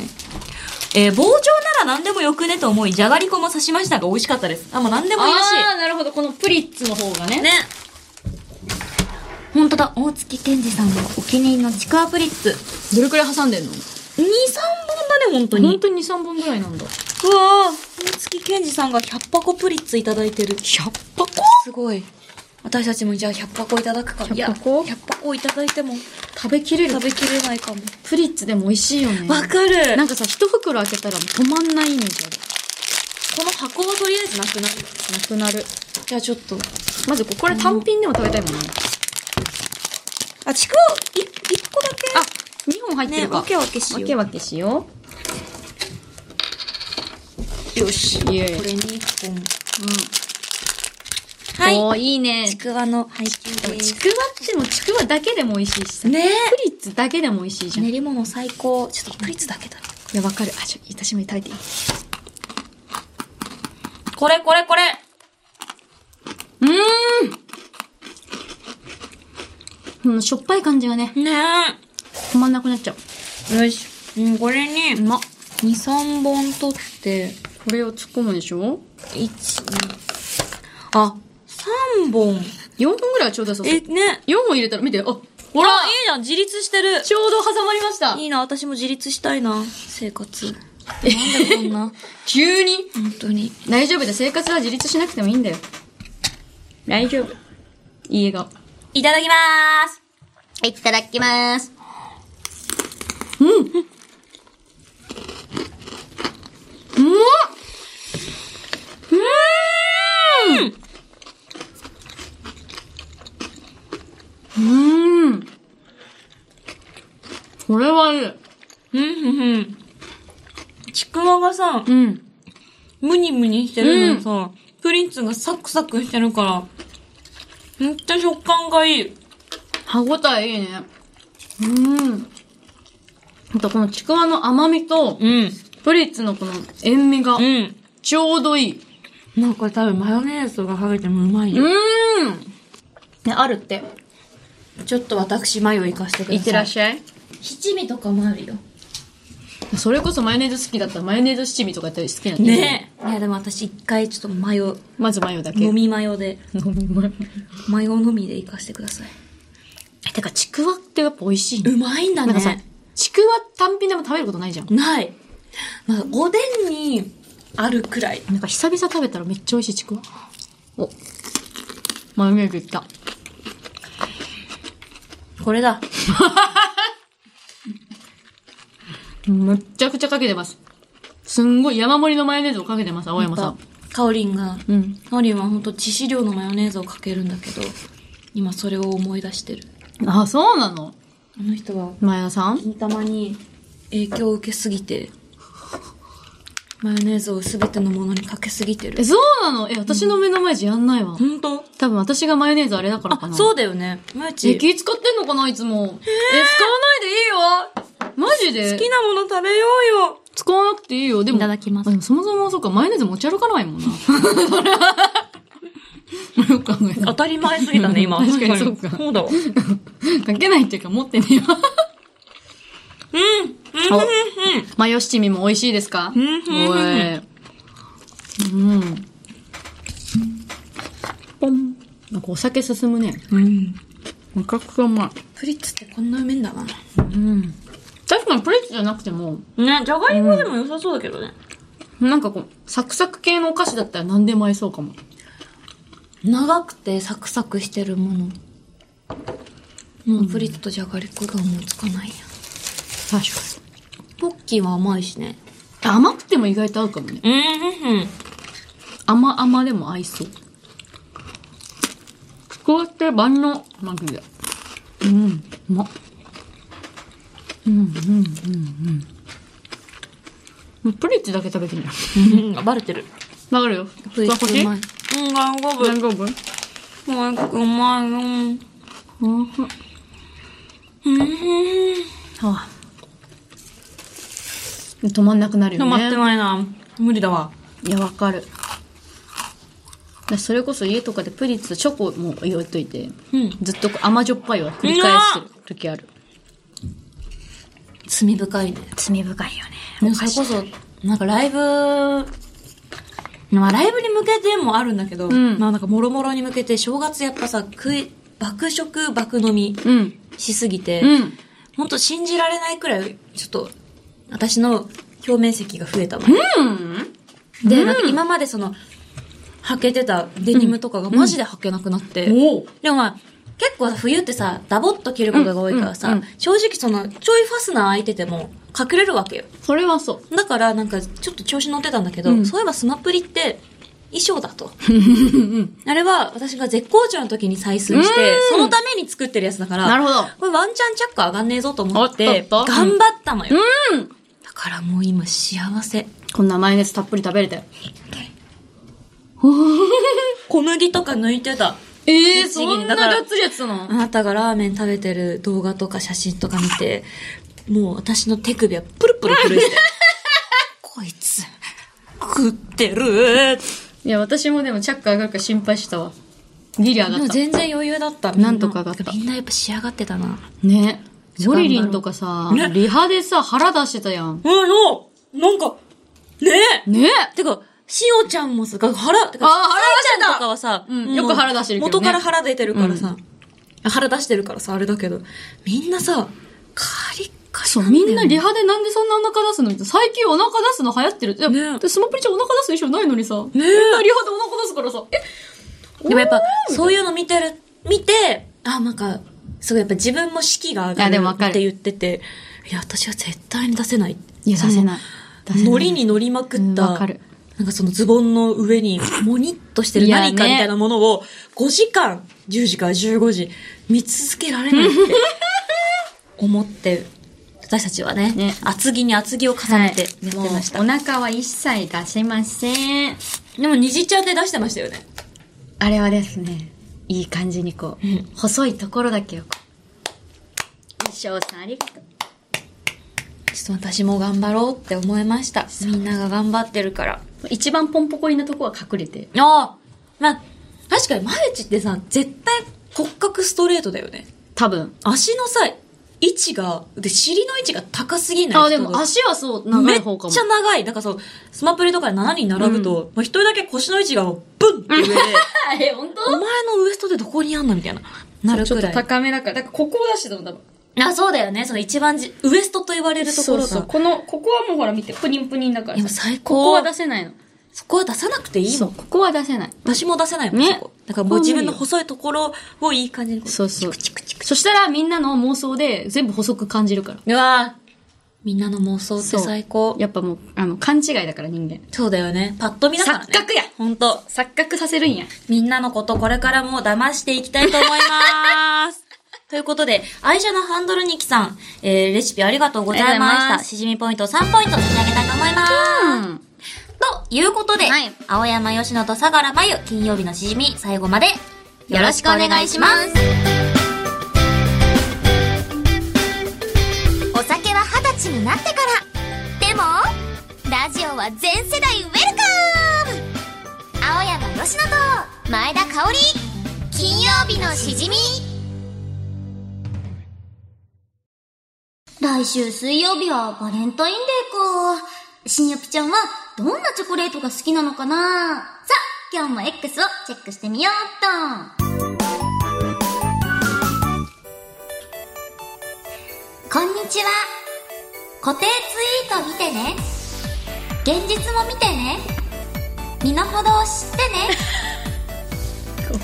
Speaker 3: えー棒状なら何でもよくねと思い、じゃがりこも刺しましたが美味しかったです。あ、もう何でもいいらしい。
Speaker 2: あー、なるほど。このプリッツの方がね。
Speaker 3: ね。本当だ、大月健二さんのお気に入りのちくわプリッツ。
Speaker 2: どれくらい挟んでんの
Speaker 3: 2、3本だね、本当
Speaker 2: 本
Speaker 3: に。
Speaker 2: 当に2、3本ぐらいなんだ。
Speaker 3: うわぁ、大月健二さんが100箱プリッツいただいてる。100箱すごい。私たちもじゃあ100箱いただくか。いや、
Speaker 2: 100箱
Speaker 3: 100箱いただいても
Speaker 2: 食べきれる
Speaker 3: 食べきれないかも。
Speaker 2: プリッツでも美味しいよね
Speaker 3: わかる
Speaker 2: なんかさ一袋開けたら止まんないイメージある
Speaker 3: この箱はとりあえずなくなる。
Speaker 2: なくなるじゃあちょっとまずここれ単品でも食べたいもんね、
Speaker 3: あ、ちくわ、い、1個だけ。
Speaker 2: あ二2本入ってるか、
Speaker 3: ねわけわけしよう
Speaker 2: わけわけしよ
Speaker 3: よし。こ
Speaker 2: うイエ
Speaker 3: れ
Speaker 2: ーイ
Speaker 3: 2本。
Speaker 2: お
Speaker 3: は
Speaker 2: ーいいね
Speaker 3: い。ちくわの配給で
Speaker 2: ち
Speaker 3: す。
Speaker 2: くわってもちくわだけでも美味しいしさ、
Speaker 3: ね
Speaker 2: プリッツだけでも美味しいじゃん、
Speaker 3: 練り物最高。ちょっとプリッツだけだ。
Speaker 2: いやわかるあちょ私も食べていい
Speaker 3: これこれこれ
Speaker 2: うんしょっぱい感じがね
Speaker 3: ね
Speaker 2: 止まんなくなっちゃう
Speaker 3: え。よし。うん、これに、
Speaker 2: うまっ
Speaker 3: 2、3本取って、
Speaker 2: これを突っ込むでしょ
Speaker 3: 1、あ、3本。
Speaker 2: 4本ぐらいはちょうどさ
Speaker 3: え、ね。
Speaker 2: 4本入れたら見てあ
Speaker 3: ほ
Speaker 2: ほ
Speaker 3: ら
Speaker 2: ら、
Speaker 3: いいじゃん、自立してる。
Speaker 2: ちょうど挟まりました
Speaker 3: いいな、私も自立したいな、生活。なんでこん な、
Speaker 2: 急に
Speaker 3: 本当に。
Speaker 2: 大丈夫だ生活は自立しなくてもいいんだよ大丈夫いい笑顔
Speaker 3: いただきまーす。
Speaker 2: いただきますうんうんうまっうーんうーんこれはいい
Speaker 3: うん、ふんふん。ちくわがさ、
Speaker 2: うん
Speaker 3: ムニムニしてるのにさ、プリンツがサクサクしてるから、めっちゃ食感がいい。
Speaker 2: 歯ごたえいいね。うん。あとこのちくわの甘みと、
Speaker 3: うん。
Speaker 2: プリッツのこの塩味が
Speaker 3: うん。
Speaker 2: ちょうどいい。
Speaker 3: なんか多分マヨネーズがかけてもうまいよ。
Speaker 2: うん。ね、あるって。
Speaker 3: ちょっと私マヨ行かせてください。
Speaker 2: いってらっしゃい。
Speaker 3: 七味とかもあるよ。
Speaker 2: それこそマヨネーズ好きだったらマヨネーズ七味とかやったり好きなんだよ
Speaker 3: ねえ。いやでも私一回ちょっとマヨ、
Speaker 2: まずマヨだけ。
Speaker 3: 飲みマヨで、
Speaker 2: 飲み前。
Speaker 3: マヨのみで行かせてください。
Speaker 2: え、てかちくわってやっぱ美味しいね。
Speaker 3: うまいんだ
Speaker 2: なんかさ
Speaker 3: ね。、
Speaker 2: ちくわ単品でも食べることないじゃん。
Speaker 3: ない。まあ、おでんにあるくらい。
Speaker 2: なんか久々食べたらめっちゃ美味しいちくわ。お。マヨネーズいった。
Speaker 3: これだ。
Speaker 2: むっちゃくちゃかけてます。すんごい山盛りのマヨネーズをかけてます、青山さん。
Speaker 3: かおりんが、
Speaker 2: うん。
Speaker 3: かおりんはほんと致死量のマヨネーズをかけるんだけど、今それを思い出してる。
Speaker 2: あ、そうなの
Speaker 3: あの人は、
Speaker 2: マヤさん
Speaker 3: 金玉に影響を受けすぎて、マヨネーズを全てのものにかけすぎて
Speaker 2: え、
Speaker 3: る。
Speaker 2: そうなのえ、私の目の前じゃやんないわ。
Speaker 3: ほんと
Speaker 2: 多分私がマヨネーズあれだからか
Speaker 3: あ、
Speaker 2: な。
Speaker 3: そう
Speaker 2: う
Speaker 3: だよね。マユ
Speaker 2: え、
Speaker 3: チ。
Speaker 2: 気使ってんのかないつも。え、使わないでいいよマジで
Speaker 3: 好きなもの食べようよ。
Speaker 2: 使わなくていいよ。でも。
Speaker 3: いただきます
Speaker 2: あでもそもそもそうか、マヨネーズ持ち歩かないもんな。よく考えた
Speaker 3: 当たり前すぎたね、今。
Speaker 2: 確かにそうか
Speaker 3: そうだわ。
Speaker 2: かけないっていうか持ってねえわ。うん。うん。マヨ七味も美味しいですかうん
Speaker 3: うん
Speaker 2: おい。うん。ポン。なんかお酒進むね。
Speaker 3: うん。
Speaker 2: めちゃくちゃうまい。
Speaker 3: プリッツってこんなうめんだな。
Speaker 2: うん。確かにプレッツじゃなくても、
Speaker 3: ね、じゃがいもでも良さそうだけどね。
Speaker 2: なんかこう、サクサク系のお菓子だったら何でも合いそうかも。
Speaker 3: 長くてサクサクしてるもの。もうプリッツとじゃがりこが思いつかないや。
Speaker 2: 確か
Speaker 3: ポッキーは甘いしね。
Speaker 2: に。甘くても意外と合うかもね。
Speaker 3: うん、うん。
Speaker 2: 甘々でも合いそう。こうやって万能。マグで。うん、うまっ。うん、うん、うん、うん。もうプリッツだけ食べてみよ
Speaker 3: うん、バレてる。
Speaker 2: う。わかるよ。
Speaker 3: プリッツ
Speaker 2: これ
Speaker 3: う
Speaker 2: 欲
Speaker 3: ま
Speaker 2: し
Speaker 3: い
Speaker 2: い。
Speaker 3: うん、大丈夫。
Speaker 2: 大丈夫
Speaker 3: もううまいよ。うん。
Speaker 2: はあ、止まんなくなるよ
Speaker 3: 止
Speaker 2: ね。
Speaker 3: まってないな。無理だわ。
Speaker 2: いや、わかる。だそれこそ家とかでプリッツとチョコも用意といて、
Speaker 3: うん
Speaker 2: ずっとこう甘じょっぱいを繰り返してる時ある。
Speaker 3: 罪深いね。
Speaker 2: 罪深いよね。
Speaker 3: もうそれこそ、なんかライブ、まあライブに向けてもあるんだけど、
Speaker 2: ん
Speaker 3: まあなんかもろもろに向けて、正月やっぱさ、食い、爆食、爆飲み
Speaker 2: うん。
Speaker 3: しすぎて、
Speaker 2: うん。
Speaker 3: ほんと信じられないくらい、ちょっと、私の表面積が増えたの。で、なんか今までその、履けてたデニムとかがマジで履けなくなって。
Speaker 2: お
Speaker 3: でもまあ、結構さ冬ってさ、ダボっと着ることが多いからさ、
Speaker 2: うんうん
Speaker 3: 正直その、ちょいファスナー開いてても隠れるわけよ。
Speaker 2: それはそう。
Speaker 3: だからなんかちょっと調子乗ってたんだけど、
Speaker 2: うん
Speaker 3: そういえばスマプリって衣装だ と。あれは私が絶好調の時に採寸して、そのために作ってるやつだから、
Speaker 2: なるほど
Speaker 3: これワンチャンチャック上がんねえぞと思っ、
Speaker 2: おってとっ
Speaker 3: 頑
Speaker 2: と
Speaker 3: 張ったのよ。だからもう今幸せ。
Speaker 2: こんなマヨネーズたっぷり食べれて。
Speaker 3: 小麦とか抜いてた。
Speaker 2: え
Speaker 3: えそんながっつ
Speaker 2: りやつの
Speaker 3: あなたがラーメン食べてる動画とか写真とか見て、もう私の手首はプルプル震えて。 こいつ、食ってる
Speaker 2: いや、私もでもチャック上がるか心配したわ。ギリ上
Speaker 3: で
Speaker 2: がっ
Speaker 3: も
Speaker 2: た。
Speaker 3: 全然余裕だった。
Speaker 2: なんとか上がった
Speaker 3: みんなやっぱ仕上がってたな。
Speaker 2: ね。ゴリリンとかさ、
Speaker 3: ね
Speaker 2: リハでさ、腹出してたやん。
Speaker 3: うん、よなんか、ねえ
Speaker 2: ね
Speaker 3: てか、しおちゃんもさ、腹、てか、
Speaker 2: あ
Speaker 3: さ
Speaker 2: 腹
Speaker 3: えちゃんとかはさ、
Speaker 2: うん
Speaker 3: も
Speaker 2: よく腹出してるけどね
Speaker 3: 元から腹出てるからさ、腹出してるからさ、あれだけど、みんなさ、カリッカリ
Speaker 2: そう、みんなリ
Speaker 3: ハ、
Speaker 2: ハでなんでそんなお腹出すのみたいな最近お腹出すの流行ってる。いや、
Speaker 3: ね
Speaker 2: でスマプリちゃんお腹出す衣装ないのにさ。みんなリハでお腹出すからさ。え
Speaker 3: でもやっぱ、そういうの見てる、見て、あ、なんか、すごいやっぱ自分も士気が上
Speaker 2: いやでも
Speaker 3: が
Speaker 2: わ
Speaker 3: る
Speaker 2: かる
Speaker 3: って言ってて、いや、私は絶対に出せない。
Speaker 2: いや、出せない。出せない。
Speaker 3: 乗りに乗りまく
Speaker 2: う
Speaker 3: っ
Speaker 2: ん
Speaker 3: た、
Speaker 2: わかる
Speaker 3: なんかそのズボンの上に、モニッとしてる
Speaker 2: いやね
Speaker 3: 何かみたいなものを、5時間、10時から15時、見続けられないって、 思って、私たちはね、
Speaker 2: ね
Speaker 3: 厚着に厚着を重ねてやってました。
Speaker 2: もうお腹は一切出せません。
Speaker 3: でも、虹ちゃんで出してましたよね。
Speaker 2: あれはですね、いい感じにこう、
Speaker 3: うん
Speaker 2: 細いところだけをこう。衣装さんありがとう。
Speaker 3: ちょっと私も頑張ろうって思いました。みんなが頑張ってるから。
Speaker 2: 一番ポンポコリなとこは隠れて。
Speaker 3: ああまあ、確かにマルチってさ、絶対骨格ストレートだよね。
Speaker 2: 多分。
Speaker 3: 足のさ、位置が、で、尻の位置が高すぎない
Speaker 2: あ、でも足はそう、長い方かも。
Speaker 3: めっちゃ長い。なんかそう、スマプリとかで7人並ぶと、まあ一人だけ腰の位置がもうブンって上で、
Speaker 2: ゃ、え、本
Speaker 3: お前のウエストでどこにあんのみたいな。なる
Speaker 2: ちょ
Speaker 3: く
Speaker 2: っと
Speaker 3: らい。
Speaker 2: 高めだから。だからここを出してたの多分。
Speaker 3: あ、そうだよね。その一番じウエストと言われるところが。
Speaker 2: この、ここはもうほら見て、プニンプニンだから
Speaker 3: いやもう
Speaker 2: さ
Speaker 3: 最
Speaker 2: こ
Speaker 3: 高。
Speaker 2: こは出せないの。
Speaker 3: そこは出さなくていいもん。
Speaker 2: ここは出せない。
Speaker 3: 私も出せないもん、
Speaker 2: ね
Speaker 3: そこ。だからもう
Speaker 2: ここは無理
Speaker 3: 自
Speaker 2: よ
Speaker 3: 分の細いところをいい感じにこう。
Speaker 2: そうそう。そしたらみんなの妄想で全部細く感じるから。
Speaker 3: うわーみんなの妄想って
Speaker 2: そう
Speaker 3: 最高。
Speaker 2: やっぱもう、あの、勘違いだから人間。
Speaker 3: そうだよね。パッと見だからね。
Speaker 2: 錯覚や
Speaker 3: ほんと。
Speaker 2: 錯覚させるんや。
Speaker 3: みんなのことこれからも騙していきたいと思い ます。ということで、愛車のハンドルニキさん、えー、レシピありがとうございま
Speaker 2: ありがとうござい
Speaker 3: し
Speaker 2: ま
Speaker 3: た。
Speaker 2: す
Speaker 3: しじみポイント3ポイント差し上げたいと思います。
Speaker 2: うん。
Speaker 5: ということで、
Speaker 2: はい
Speaker 5: 青山吉野と相良真由、金曜日のしじみ、最後まで、よろしくお願いします。お酒は二十歳になってから。でも、ラジオは全世代ウェルカム青山吉野と、前田香織、金曜日のしじみ。来週水曜日はバレンタインデーか。新よぴちゃんはどんなチョコレートが好きなのかなさあ、今日も X をチェックしてみようっと。こんにちは。固定ツイート見てね。現実も見てね。身の程を知ってね。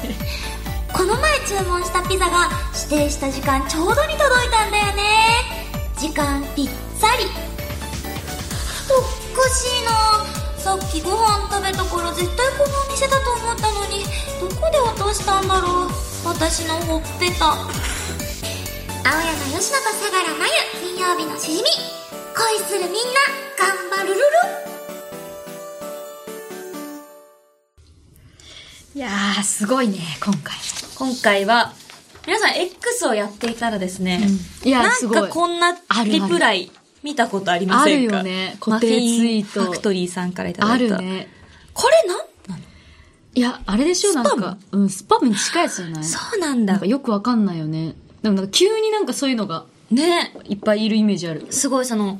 Speaker 5: この前注文したピザが指定した時間ちょうどに届いたんだよね時間ぴったりおかしいなさっきご飯食べた頃絶対このお店だと思ったのにどこで落としたんだろう私のほっぺた青山佳乃子相良真由金曜日のしじみ恋するみんな頑張 るるる
Speaker 2: いやー、すごいね、今回。
Speaker 3: 今回は、皆さん X をやっていたらですね、
Speaker 2: うんいや
Speaker 3: なん
Speaker 2: すご
Speaker 3: か
Speaker 2: い
Speaker 3: こんな
Speaker 2: ある
Speaker 3: リプライ見たことありませんか
Speaker 2: あるよね
Speaker 3: マフ
Speaker 2: 固定ツイ
Speaker 3: ィン
Speaker 2: ート
Speaker 3: ファクトリーさんからいただ
Speaker 2: あ
Speaker 3: いた。
Speaker 2: る。ね。
Speaker 3: これなんなの
Speaker 2: いや、あれでしょ、
Speaker 3: ス
Speaker 2: な
Speaker 3: パ
Speaker 2: ん
Speaker 3: ム
Speaker 2: か。うん、スパムに近いやつじゃない
Speaker 3: そうなん
Speaker 2: な
Speaker 3: だ
Speaker 2: んか。よくわかんないよね。でもなんか急になんかそういうのが
Speaker 3: ね。
Speaker 2: いっぱいいるイメージある。
Speaker 3: すごいその、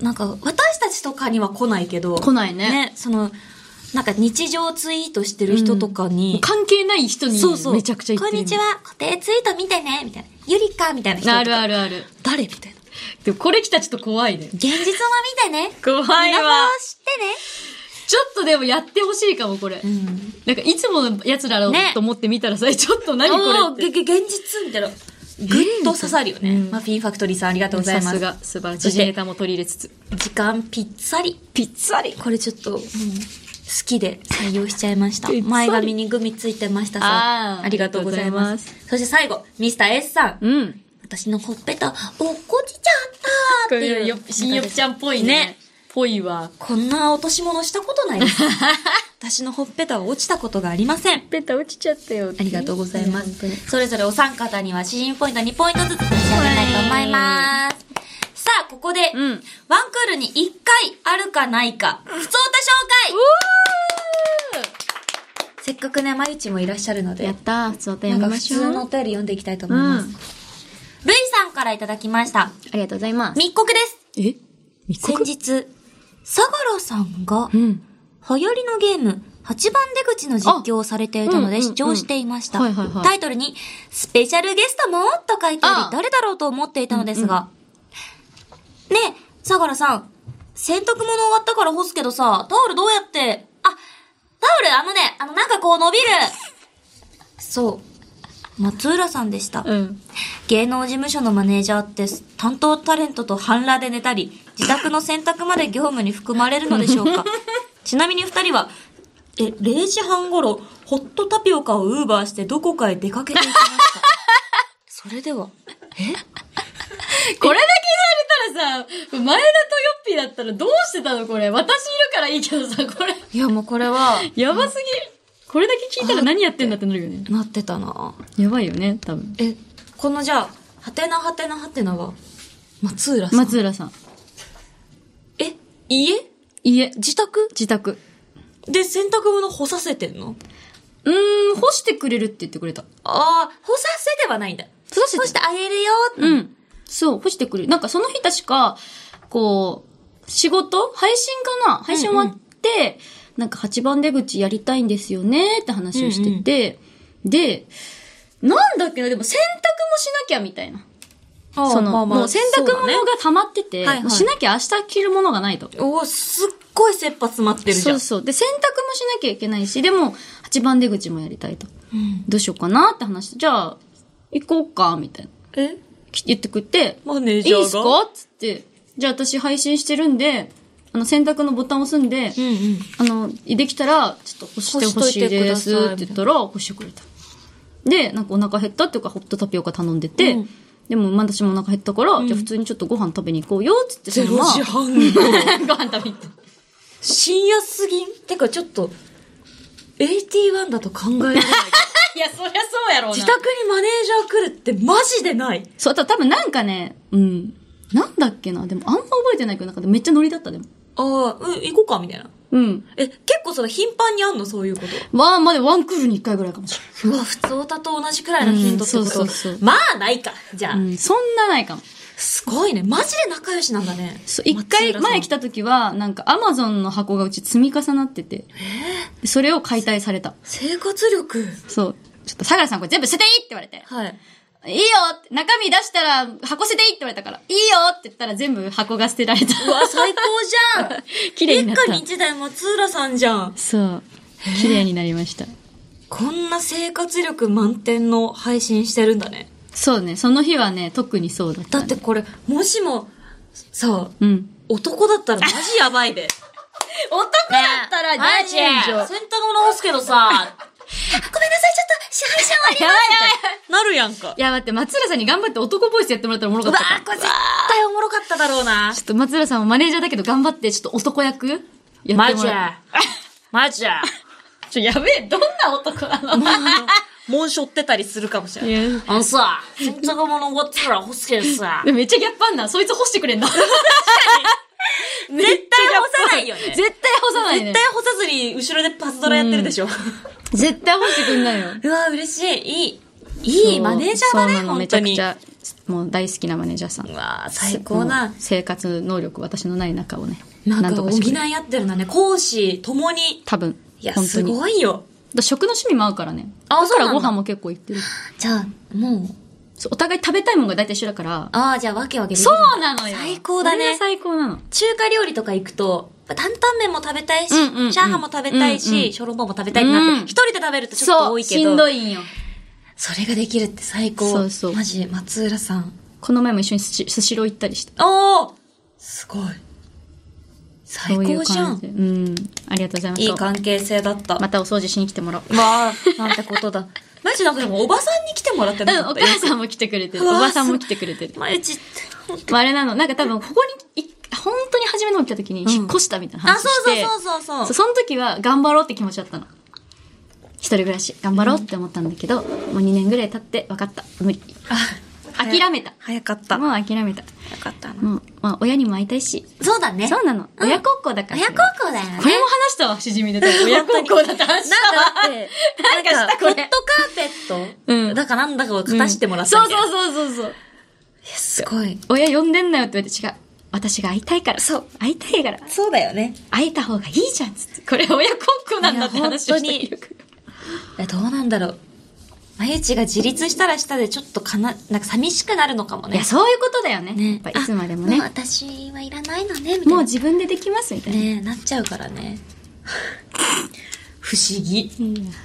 Speaker 3: なんか、私たちとかには来ないけど。
Speaker 2: 来ないね
Speaker 3: ね、その、なんか日常ツイートしてる人とか
Speaker 2: もう
Speaker 3: に、
Speaker 2: 関係ない人に
Speaker 3: そうそう。
Speaker 2: めちゃくちゃ言って
Speaker 3: こ
Speaker 2: る。
Speaker 3: んにちは、固定ツイート見てね、みたいな。ゆりか、みたいな人とか。
Speaker 2: あるあるある。
Speaker 3: 誰みたいな。
Speaker 2: でもこれ来たらちょっと怖いね。
Speaker 5: 現実も見てね
Speaker 2: 怖い
Speaker 5: 身の
Speaker 2: わ
Speaker 5: 程を。知ってね
Speaker 2: ちょっとでもやってほしいかも、これ。なんか、いつものやつらだろう
Speaker 3: ね
Speaker 2: と思って見たらさ、ちょっと何
Speaker 3: お
Speaker 2: こ
Speaker 3: ー
Speaker 2: れ
Speaker 3: げ
Speaker 2: っ
Speaker 3: げ現実みたいな。ぐっと刺さるよね。マフィンファクトリーさんありがとう
Speaker 2: て。
Speaker 3: ござい
Speaker 2: さ
Speaker 3: ますす。
Speaker 2: が、素晴らし
Speaker 3: そ
Speaker 2: い。
Speaker 3: して
Speaker 2: ネタも取り入れつつ。
Speaker 3: 時間ぴっさり。ぴっさり。これちょっと、うん好きで採用しちゃいました
Speaker 2: ぴっ。さり
Speaker 3: 前髪にグミついてましたさ
Speaker 2: あ。ー
Speaker 3: ありがとうございま
Speaker 2: あ
Speaker 3: す。そして最後、ミスター S さん。
Speaker 2: うん。
Speaker 3: 私のほっぺた、落っこちちゃった
Speaker 2: こ
Speaker 3: ーって
Speaker 2: れ
Speaker 3: い
Speaker 2: よ
Speaker 3: う。、
Speaker 2: 新よっちゃんっぽい
Speaker 3: ね
Speaker 2: ね。ぽいわ。
Speaker 3: こんな落とし物したことない です。私のほっぺたは落ちたことがありません。
Speaker 2: ペタ落ちちゃったよ。
Speaker 3: ありがとうございます。それぞれお三方には詩人ポイント2ポイントずつ差し上げたいと思います。さあ、ここで、
Speaker 2: ん
Speaker 3: ワンクールに1回あるかないか、普通歌紹介せっかくね、まゆちもいらっしゃるので
Speaker 2: やっ、たー。普通お便
Speaker 3: な
Speaker 2: り
Speaker 3: んか
Speaker 2: 読みましょ
Speaker 3: 普通のお
Speaker 2: う。
Speaker 3: 便り読んでいきたいと思います。ルイさんからいただきました。
Speaker 2: ありがとうございます。
Speaker 3: 密告です。
Speaker 2: え密
Speaker 3: 先
Speaker 2: 告
Speaker 3: 日、相良さんが、流
Speaker 2: ん。
Speaker 3: 行りのゲーム、8番出口の実況をされていたの
Speaker 2: あうんうんう
Speaker 3: で
Speaker 2: ん
Speaker 3: 視聴していました
Speaker 2: はいはいは。い
Speaker 3: タイトルに、スペシャルゲストもと書いてあ
Speaker 2: あ
Speaker 3: り、誰だろうと思っていたのですが。ねえ、相良さん、洗濯物終わったから干すけどさ、タオルどうやって、あ、タオルあのね、あのなんかこう伸びる。そう。松浦さんでした。
Speaker 2: うん。
Speaker 3: 芸能事務所のマネージャーって担当タレントと半裸で寝たり自宅の洗濯まで業務に含まれるのでしょう かちなみに2人はえ0時半頃ホットタピオカをウーバーしてどこかへ出かけていきました それでは
Speaker 2: これだけ言われたらさ、前田とヨッピーだったらどうしてたのこれ。私いるからいいけどさ、これ。
Speaker 3: いやもうこれは
Speaker 2: やばすぎる。これだけ聞いたら何やってんだってなるよね。
Speaker 3: なってたな
Speaker 2: やばいよね、多分。
Speaker 3: えこのじゃあはてなはてなはてなは松浦さん、
Speaker 2: 松浦さん。
Speaker 3: え家
Speaker 2: 家、
Speaker 3: 自宅
Speaker 2: 自宅。
Speaker 3: で洗濯物干させてんの
Speaker 2: うーん、干してくれるって言ってくれた。
Speaker 3: ああ干させではないんだ
Speaker 2: 干して
Speaker 3: 干してあげるよって
Speaker 2: うん。そう、干してくれる。なんかその日確か、こう、仕事配信かな配信終わって、なんか8番出口やりたいんですよねって話をしてて、で、なんだっけな、でも洗濯もしなきゃみたいな。
Speaker 3: ああ
Speaker 2: その、
Speaker 3: まあまあ
Speaker 2: もう洗濯
Speaker 3: そうだ
Speaker 2: 物
Speaker 3: ね
Speaker 2: が溜まってて、
Speaker 3: はいはい
Speaker 2: もうしなきゃ明日着るものがないと。
Speaker 3: おおすっごい切羽詰まってるじ
Speaker 2: そ
Speaker 3: ゃん
Speaker 2: うそう。で、洗濯もしなきゃいけないし、でも、8番出口もやりたいと。どうしようかなって話して、じゃあ、行こうか、みたいな。
Speaker 3: え
Speaker 2: き言ってくれて、
Speaker 3: マネージ
Speaker 2: い
Speaker 3: ャーが
Speaker 2: いっすかっつって、じゃあ私配信してるんで、あの、洗濯のボタン押すんで、
Speaker 3: うんうん
Speaker 2: あの、できたら、ちょっと干してほしいですって言ったら、干してくれた。で、なんかお腹減ったっていうか、ホットタピオカ頼んでて、
Speaker 3: うん
Speaker 2: でも、私もお腹減ったから、じゃあ普通にちょっとご飯食べに行こうよ、っつって、その
Speaker 3: 0
Speaker 2: まま
Speaker 3: 時半
Speaker 2: ご
Speaker 3: ご
Speaker 2: 飯食べに行って。
Speaker 3: 深夜すぎんてかちょっと81だと考えられない
Speaker 2: いや、そりゃそうやろう
Speaker 3: 自宅にマネージャー来るってマジでない
Speaker 2: そう、あと多分なんかね、うん。なんだっけな、でもあんま覚えてないけど、なんかでもめっちゃノリだった、でも。
Speaker 3: ああうん行こうかみたいな
Speaker 2: うん。
Speaker 3: え結構その頻繁にあんのそういうこと
Speaker 2: まあ、まだワンクールに一回ぐらいかもしれない。
Speaker 3: うわ普通歌と同じくらいの頻度ってこと、
Speaker 2: うんそうそうそう
Speaker 3: まあないかじゃあ、
Speaker 2: うん、そんなないかも。
Speaker 3: すごいねマジで仲良しなんだね
Speaker 2: そう一回
Speaker 3: 松浦さん
Speaker 2: 前来た時は、なんかアマゾンの箱がうち積み重なってて、それを解体された。
Speaker 3: 生活力
Speaker 2: そう。ちょっと、相良さんこれ全部捨てていいって言われて。
Speaker 3: はい
Speaker 2: いいよって中身出したら箱捨てていいって言われたから、いいよって言ったら全部箱が捨てられた。
Speaker 3: うわ最高じ ゃん
Speaker 2: 綺麗になった
Speaker 3: 一家に一台松浦さんじゃん
Speaker 2: そう。綺麗になりました。
Speaker 3: こんな生活力満点の配信してるんだね。
Speaker 2: そうね、その日はね、特にそうだった、
Speaker 3: だ
Speaker 2: ね。
Speaker 3: ってこれ、もしも、さ、
Speaker 2: うん。
Speaker 3: 男だったらマジやばい で。
Speaker 2: 男だったら
Speaker 3: マ
Speaker 2: 大
Speaker 3: ジ
Speaker 2: 丈夫。
Speaker 3: 洗濯物干すけどさ、 ごめんなさい、ちょっと、支配者終わりますなるやんか。
Speaker 2: いや、待って、松浦さんに頑張って男ボイスやってもらったらおもろかったから。ちょ
Speaker 3: これ絶対おもろかっただろうな。
Speaker 2: っと松浦さんもマネージャーだけど頑張って、ちょっと男役やってもら
Speaker 3: マ
Speaker 2: う
Speaker 3: ジや。マジや。
Speaker 2: ちょ、やべえ、どんな男な の
Speaker 3: 紋背負ってたりするかもしれ
Speaker 2: い
Speaker 3: な
Speaker 2: や
Speaker 3: い。あのさ、洗濯物終わったら干すけどさ、
Speaker 2: めっちゃギャップあんな。そいつ干してくれんだ。絶
Speaker 3: 絶対干さないよね。
Speaker 2: 絶対干さないね。
Speaker 3: 絶対干さずに後ろでパズドラやってるでしょ。
Speaker 2: 絶対干してくんないよ。
Speaker 3: うわ、嬉しい。いい。いいマネージャーだね、
Speaker 2: そうなの
Speaker 3: 本
Speaker 2: めち
Speaker 3: 当
Speaker 2: ゃく
Speaker 3: に。
Speaker 2: ち
Speaker 3: う
Speaker 2: ゃ、もう大好きなマネージャーさん。
Speaker 3: わ、最高
Speaker 2: もう
Speaker 3: な。
Speaker 2: 生活能力、私のない中をね。
Speaker 3: なんか補
Speaker 2: くれる
Speaker 3: い合ってるんだね。講師、共に。
Speaker 2: 多分。
Speaker 3: いや、
Speaker 2: 本当
Speaker 3: す
Speaker 2: に。
Speaker 3: ごいよ。
Speaker 2: だ食の趣味も合うからね。
Speaker 3: あ
Speaker 2: だ
Speaker 3: そ
Speaker 2: か
Speaker 3: うな
Speaker 2: ら
Speaker 3: んだ
Speaker 2: ご飯も結構行ってる。
Speaker 3: じゃあ、もう。
Speaker 2: そうお互い食べたいもんが大体一緒だから。
Speaker 3: ああ、じゃあ、わけわけできる
Speaker 2: そうなのよ。
Speaker 3: 最高だ
Speaker 2: それ
Speaker 3: ね
Speaker 2: が。最高なの。
Speaker 3: 中華料理とか行くと、担々麺も食べたいし、
Speaker 2: うんうんうん
Speaker 3: チャーハンも食べたいし、
Speaker 2: うんうん
Speaker 3: 小籠包も食べたいってなって、
Speaker 2: うん
Speaker 3: 一人で食べるとちょっと
Speaker 2: そ
Speaker 3: 多
Speaker 2: う、
Speaker 3: いけど。
Speaker 2: しんどいんよ。
Speaker 3: それができるって最高。
Speaker 2: そうそう
Speaker 3: マジ、松浦さん。
Speaker 2: この前も一緒にスシスシロー行ったりして。
Speaker 3: おーすごい。最
Speaker 2: そういう
Speaker 3: 高じゃ
Speaker 2: 感
Speaker 3: ん。
Speaker 2: じで。うん。ありがとうございま
Speaker 3: い
Speaker 2: し
Speaker 3: い
Speaker 2: た。
Speaker 3: 関係性だった。
Speaker 2: またお掃除しに来てもらおう。
Speaker 3: わあ、なんてこ とだ。マジなんかでもおばさんに来てもらってな
Speaker 2: うん、
Speaker 3: か
Speaker 2: お
Speaker 3: った
Speaker 2: 母さんも来てくれてる。お
Speaker 3: うわ
Speaker 2: ばさんも来てくれてる。
Speaker 3: マジって、ほんと
Speaker 2: まあ、あれなの。なんか多分、ここにい、本当に初めの方来た時に、引っ越したみたいな
Speaker 3: あ、
Speaker 2: 話
Speaker 3: そ
Speaker 2: して、
Speaker 3: うそうそうそう
Speaker 2: そ
Speaker 3: そう。
Speaker 2: その時は頑張ろうって気持ちだったの。一人暮らし、頑張ろうって思ったんだけど、もう2年ぐらい経って、分かった。無理。
Speaker 3: あ
Speaker 2: 諦めた。
Speaker 3: 早かった。
Speaker 2: もう諦めた。
Speaker 3: 早かったな。
Speaker 2: もう、まあ、親にも会いたいし。
Speaker 3: そうだね。
Speaker 2: そうなの。
Speaker 3: ん
Speaker 2: 親孝行だから。
Speaker 3: 親孝行だよね。
Speaker 2: これも話したわ、しじみで。親孝行だって話した
Speaker 3: なんかだ
Speaker 2: わ。
Speaker 3: って、
Speaker 2: なんか
Speaker 3: なん
Speaker 2: した
Speaker 3: かホ
Speaker 2: これ
Speaker 3: ットカーペット
Speaker 2: うん
Speaker 3: だからなんだかを勝たしてもらった
Speaker 2: そう
Speaker 3: みたいな
Speaker 2: そうそうそうそう。
Speaker 3: すごい。
Speaker 2: 親呼んでんなよって言われて、違う。私が会いたいから。
Speaker 3: そう。
Speaker 2: 会いたいから。
Speaker 3: そうだよね。
Speaker 2: 会えた方がいいじゃん、つって。これ親孝行なんだって話を
Speaker 3: い
Speaker 2: し
Speaker 3: や
Speaker 2: た記憶
Speaker 3: えどうなんだろう。まゆちが自立したらしたでちょっとかな、なんか寂しくなるのかも
Speaker 2: い
Speaker 3: ね
Speaker 2: や、。そういうことだよね。
Speaker 3: ね
Speaker 2: やっぱいつまでも
Speaker 3: もう
Speaker 2: ね。
Speaker 3: 私はいらないのね、みたいな。
Speaker 2: もう自分でできますみたいな。
Speaker 3: ねえ、なっちゃうからね。不思議。